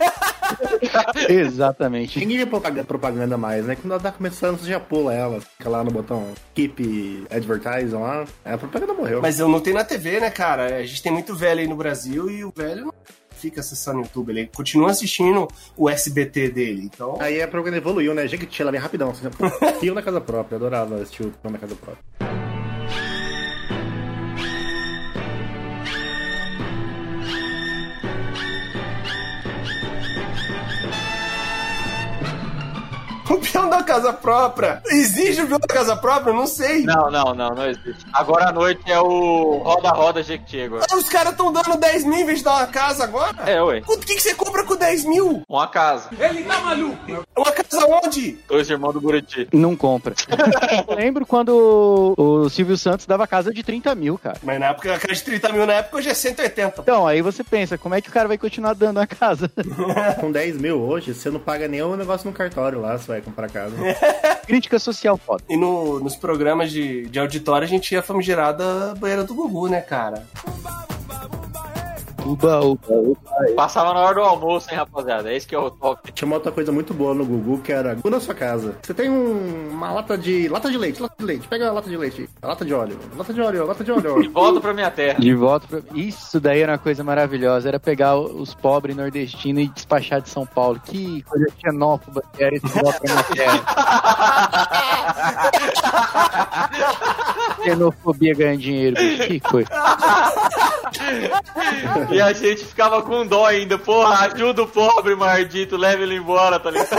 Speaker 4: Exatamente.
Speaker 3: Ninguém vê propaganda, propaganda mais, né? Quando ela tá começando, você já pula ela. Fica lá no botão Keep Advertising lá. É, A propaganda morreu.
Speaker 2: Mas eu não tenho na TV, né, cara? A gente tem muito velho aí no Brasil e o velho não fica acessando o YouTube, ele continua assistindo o SBT dele. Então,
Speaker 3: Aí é pra quando evoluiu, né? Gente, tinha lá bem rapidão. Assim, né? Tio na casa própria, adorava assistir o Tio na casa própria.
Speaker 2: o peão da casa própria. Exige o peão da casa própria? Eu Não sei.
Speaker 5: Não, não, não, não existe. Agora à noite é o Roda Roda Jequitiego.
Speaker 2: Ah, Os caras estão dando 10 mil em vez de dar uma casa agora?
Speaker 5: É, ué.
Speaker 2: O que, que você compra com 10 mil?
Speaker 5: Uma casa.
Speaker 2: Uma casa onde?
Speaker 5: Dois irmãos do Buriti.
Speaker 4: Não compra. Eu lembro quando o Silvio Santos dava casa de 30 mil, cara.
Speaker 2: Mas na época, a casa de 30 mil na época hoje é 180.
Speaker 4: Então, aí você pensa, como é que o cara vai continuar dando a casa?
Speaker 3: Com 10 mil hoje, você não paga nem o negócio no cartório lá, você vai comprar casa.
Speaker 4: Crítica social foda.
Speaker 2: E no- nos programas de, de auditório a gente ia famigerada banheira do Gugu, né, cara?
Speaker 4: Uba, uba, uba.
Speaker 5: Passava na hora do almoço, hein, rapaziada. É isso que é o top.
Speaker 3: Tinha uma outra coisa muito boa no Gugu, que era Gugu na sua casa. Você tem um- uma lata de. lata de leite, lata de leite, pega a lata de leite, a lata de óleo, a lata de óleo, a lata de
Speaker 5: E
Speaker 3: óleo.
Speaker 5: volta pra minha terra.
Speaker 4: De volta pra... Isso daí era uma coisa maravilhosa. Era pegar os pobres nordestinos e despachar de São Paulo. Que coisa xenófoba que era esse volta pra minha terra. Xenofobia ganha dinheiro, bicho. Que coisa.
Speaker 5: E a gente ficava com dó ainda. Porra, ajuda o pobre, maldito. Leve ele embora, tá ligado?